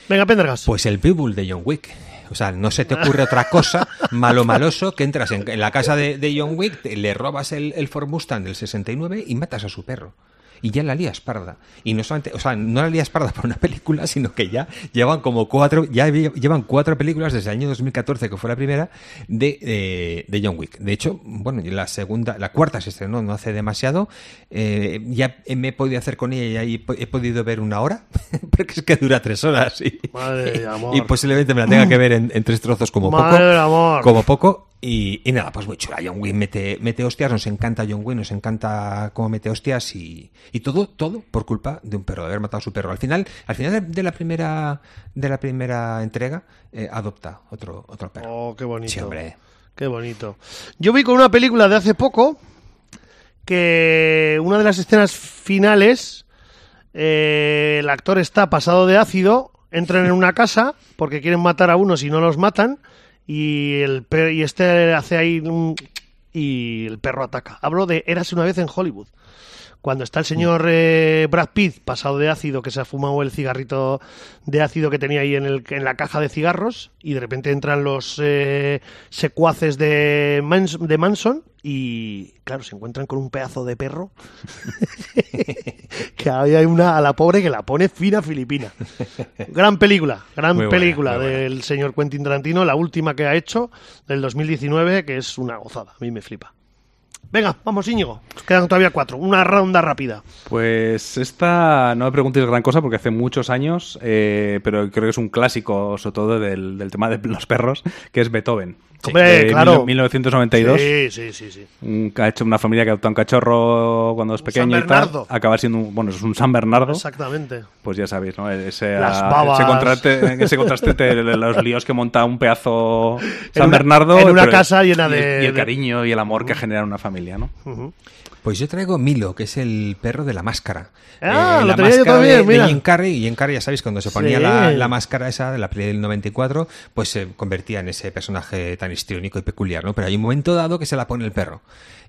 S1: Venga, Pendergas.
S2: Pues el Pitbull de John Wick. O sea, no se te ocurre otra cosa malo maloso que entras en, en la casa de, de John Wick, te- le robas el, el Ford Mustang del 69 y matas a su perro. Y ya la lías parda. Y no solamente, o sea, no la lías parda por una película, sino que ya llevan como cuatro, ya lle- llevan cuatro películas desde el año 2014, que fue la primera, de, eh, de John Wick. De hecho, bueno, y la segunda, la cuarta se estrenó no hace demasiado. Eh, ya me he podido hacer con ella y he po- he podido ver una hora, (laughs) porque es que dura tres horas. (laughs) Y,
S1: Madre de amor.
S2: y posiblemente me la tenga que ver en, en tres trozos como
S1: Madre
S2: poco.
S1: del amor.
S2: Como poco. Y, y nada, pues muy chula. John Wayne mete, mete hostias, nos encanta John Wayne, nos encanta cómo mete hostias y, y todo, todo por culpa de un perro, de haber matado a su perro. Al final, al final de- de la primera, de la primera entrega, eh, adopta otro, otro perro.
S1: Oh, qué bonito.
S2: Sí, hombre.
S1: Qué bonito. Yo vi con una película de hace poco que una de las escenas finales, eh, el actor está pasado de ácido, entran en una casa porque quieren matar a unos y no los matan y, el per- y este hace ahí un... y el perro ataca. Hablo de Érase una vez en Hollywood. Cuando está el señor eh, Brad Pitt pasado de ácido, que se ha fumado el cigarrito de ácido que tenía ahí en, el, en la caja de cigarros, y de repente entran los eh, secuaces de, Mans- de Manson, y claro, se encuentran con un pedazo de perro. que ahí hay una a la pobre que la pone fina
S2: (laughs)
S1: filipina. Gran película, gran
S2: Muy buena,
S1: película
S2: muy buena.
S1: del señor Quentin Tarantino, la última que ha hecho del 2019, que es una gozada, a mí me flipa. Venga, vamos Íñigo, Nos quedan todavía cuatro, una ronda rápida.
S3: Pues esta, no me preguntéis gran cosa porque hace muchos años, eh, pero creo que es un clásico, sobre todo del, del tema de los perros, que es Beethoven.
S1: Hombre,
S3: De
S1: claro.
S3: mil- 1992.
S1: Sí, sí, sí, sí.
S3: Un cacho- una familia que adopta un cachorro cuando es
S1: Un
S3: pequeño
S1: San
S3: y tal,
S1: Bernardo.
S3: acaba siendo un, bueno, es un San Bernardo.
S1: Exactamente.
S3: Pues ya sabéis, ¿no? Ese,
S1: Las
S3: ah,
S1: babas.
S3: ese contraste, ese contraste de
S1: (laughs)
S3: los líos que monta un pedazo San
S1: una-
S3: Bernardo.
S1: en una
S3: pero-
S1: casa llena
S3: y-
S1: de-
S3: Y el
S1: de-
S3: cariño y el amor que genera una familia, ¿no?
S1: Ujú.
S2: Pues yo traigo Milo, que es el perro de la máscara. Eh,
S1: Ah, lo
S2: la
S1: tenía yo
S2: máscara
S1: también,
S2: de, de
S1: mira.
S2: Jim Carrey. Y Jim Carrey, ya sabéis, cuando se ponía
S1: Sí.
S2: la, la máscara esa de la peli del 94, pues se convertía en ese personaje tan histriónico y peculiar, ¿no? Pero hay un momento dado que se la pone el perro.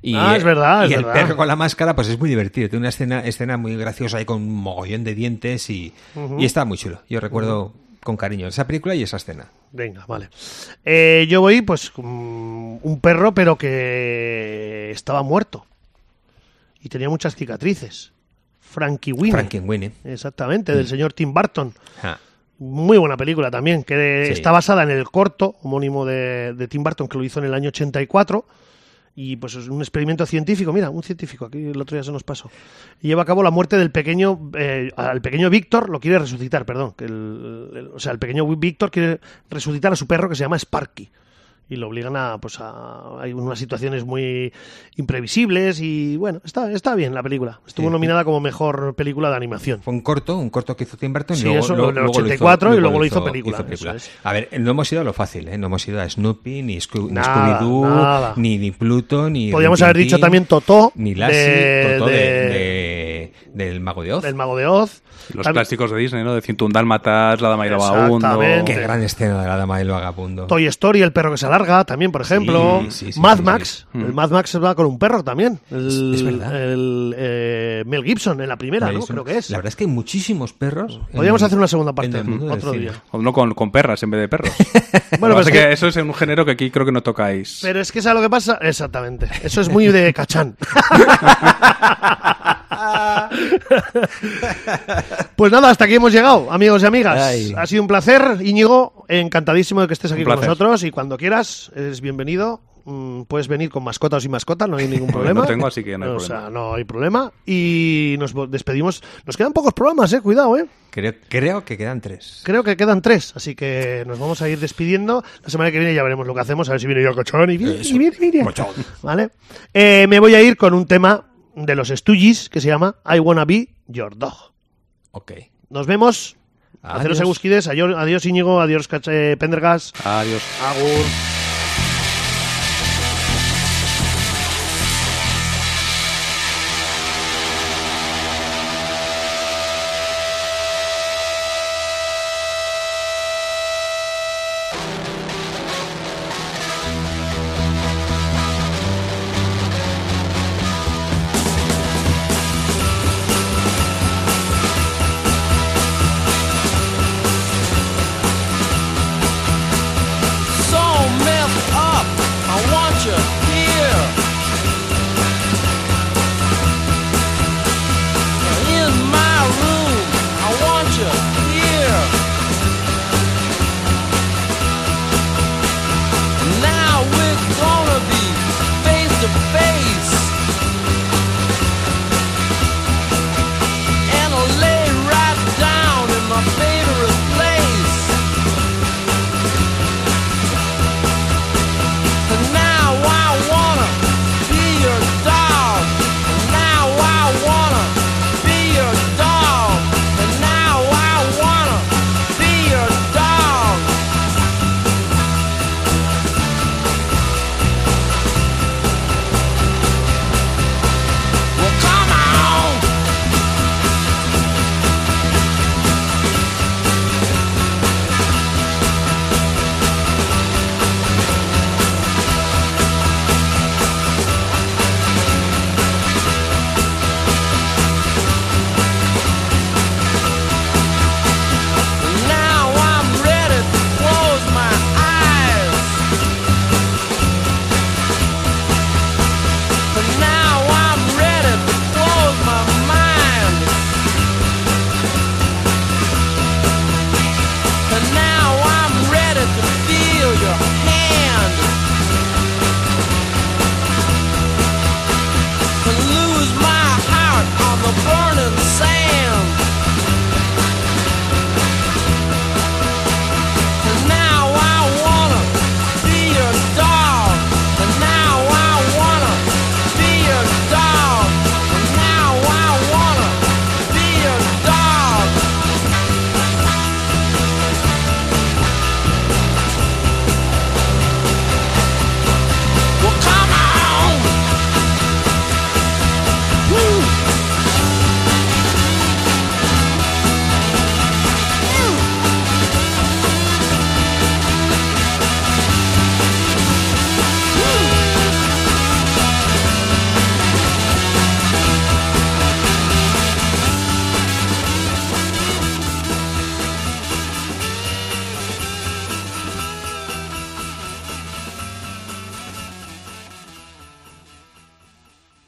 S2: Y,
S1: Ah, es verdad,
S2: Y
S1: es
S2: el
S1: verdad.
S2: perro con la máscara, pues es muy divertido. Tiene una escena, escena muy graciosa ahí con un mogollón de dientes y, y está muy chulo. Yo recuerdo con cariño esa película y esa escena.
S1: Venga, vale. Eh, yo voy, pues, con un perro, pero que estaba muerto. Y tenía muchas cicatrices. Frankie Winnie.
S2: Frankie Winnie. Mm.
S1: Exactamente, del señor Tim Burton.
S2: Ah.
S1: Muy buena película también, que
S2: Sí.
S1: está basada en el corto homónimo de, de Tim Burton, que lo hizo en el año 84. Y pues es un experimento científico, mira, un científico, aquí el otro día se nos pasó. Y lleva a cabo la muerte del pequeño, eh, al pequeño Víctor lo quiere resucitar, perdón. que el- el- o sea, el pequeño Víctor quiere resucitar a su perro que se llama Sparky y lo obligan a pues a hay unas situaciones muy imprevisibles y bueno está está bien la película estuvo
S2: Sí.
S1: nominada como mejor película de animación
S2: Fue un corto, un corto que hizo Tim Burton
S1: Sí,
S2: y luego,
S1: eso,
S2: lo-
S1: en el
S2: luego lo hizo-
S1: 84 y luego lo hizo película, eso
S2: A ver, no hemos ido a lo fácil, ¿eh? No hemos ido a Snoopy, ni, Scoo- ni
S1: Nada, nada.
S2: Scooby-Doo, ni, ni Pluto, ni...
S1: Podríamos
S2: Rin
S1: haber
S2: Tin
S1: dicho
S2: Tin,
S1: también Totó,
S2: Ni Lassie,
S1: de-
S2: Totó de-
S1: de-
S2: de- del Mago de Oz.
S1: del mago de Oz
S3: Los
S1: También-
S3: clásicos de Disney, ¿no? De 101 Dálmatas, La Dama y el Vagabundo.
S1: Exactamente.
S2: Qué gran escena de la dama y el vagabundo.
S1: Toy Story, el perro que se alarga, también, por ejemplo.
S2: Sí, sí, sí,
S1: Mad
S2: sí, Mm.
S1: Max, el Mad Max se va con un perro también. El,
S2: es verdad.
S1: el, eh, Mel Gibson en la primera, ¿no?
S2: Madison.
S1: Creo que es.
S2: La verdad es que hay muchísimos perros. en-
S1: Podríamos hacer una segunda parte
S2: en el mundo del
S1: otro
S2: cine.
S1: día.
S3: O no con, con perras en vez
S1: (laughs)
S3: de perros.
S1: Bueno, pues
S3: bueno,
S1: pero es que-
S3: que eso es un género que aquí creo que no tocáis.
S1: Pero es que ¿sabes lo que pasa? Exactamente. Eso es muy de cachán. pues nada, hasta aquí hemos llegado, amigos y amigas.
S2: Ay.
S1: Ha sido un placer, Íñigo. Encantadísimo de que estés aquí
S3: Un
S1: con
S3: placer.
S1: nosotros. Y cuando quieras, eres bienvenido. Mm, Puedes venir con mascotas y mascotas, no hay ningún
S3: No,
S1: problema.
S3: no tengo, así que no hay
S1: o
S3: problema.
S1: sea, no hay problema. Y nos vo- despedimos. Nos quedan pocos programas, eh. Cuidado, eh.
S2: Creo, creo que quedan tres.
S1: Creo que quedan tres, así que nos vamos a ir despidiendo. La semana que viene ya veremos lo que hacemos, a ver si viene yo cochón y viene, y viene, viene. ¿Vale? Eh, me voy a ir con un tema de los Stooges que se llama I Wanna Be Your Dog.
S2: Ok.
S1: Nos vemos.
S2: Adiós.
S1: Haceros eguskides. Adiós, adiós Íñigo, adiós Cach- eh, Pendergast.
S3: Adiós.
S1: Agur.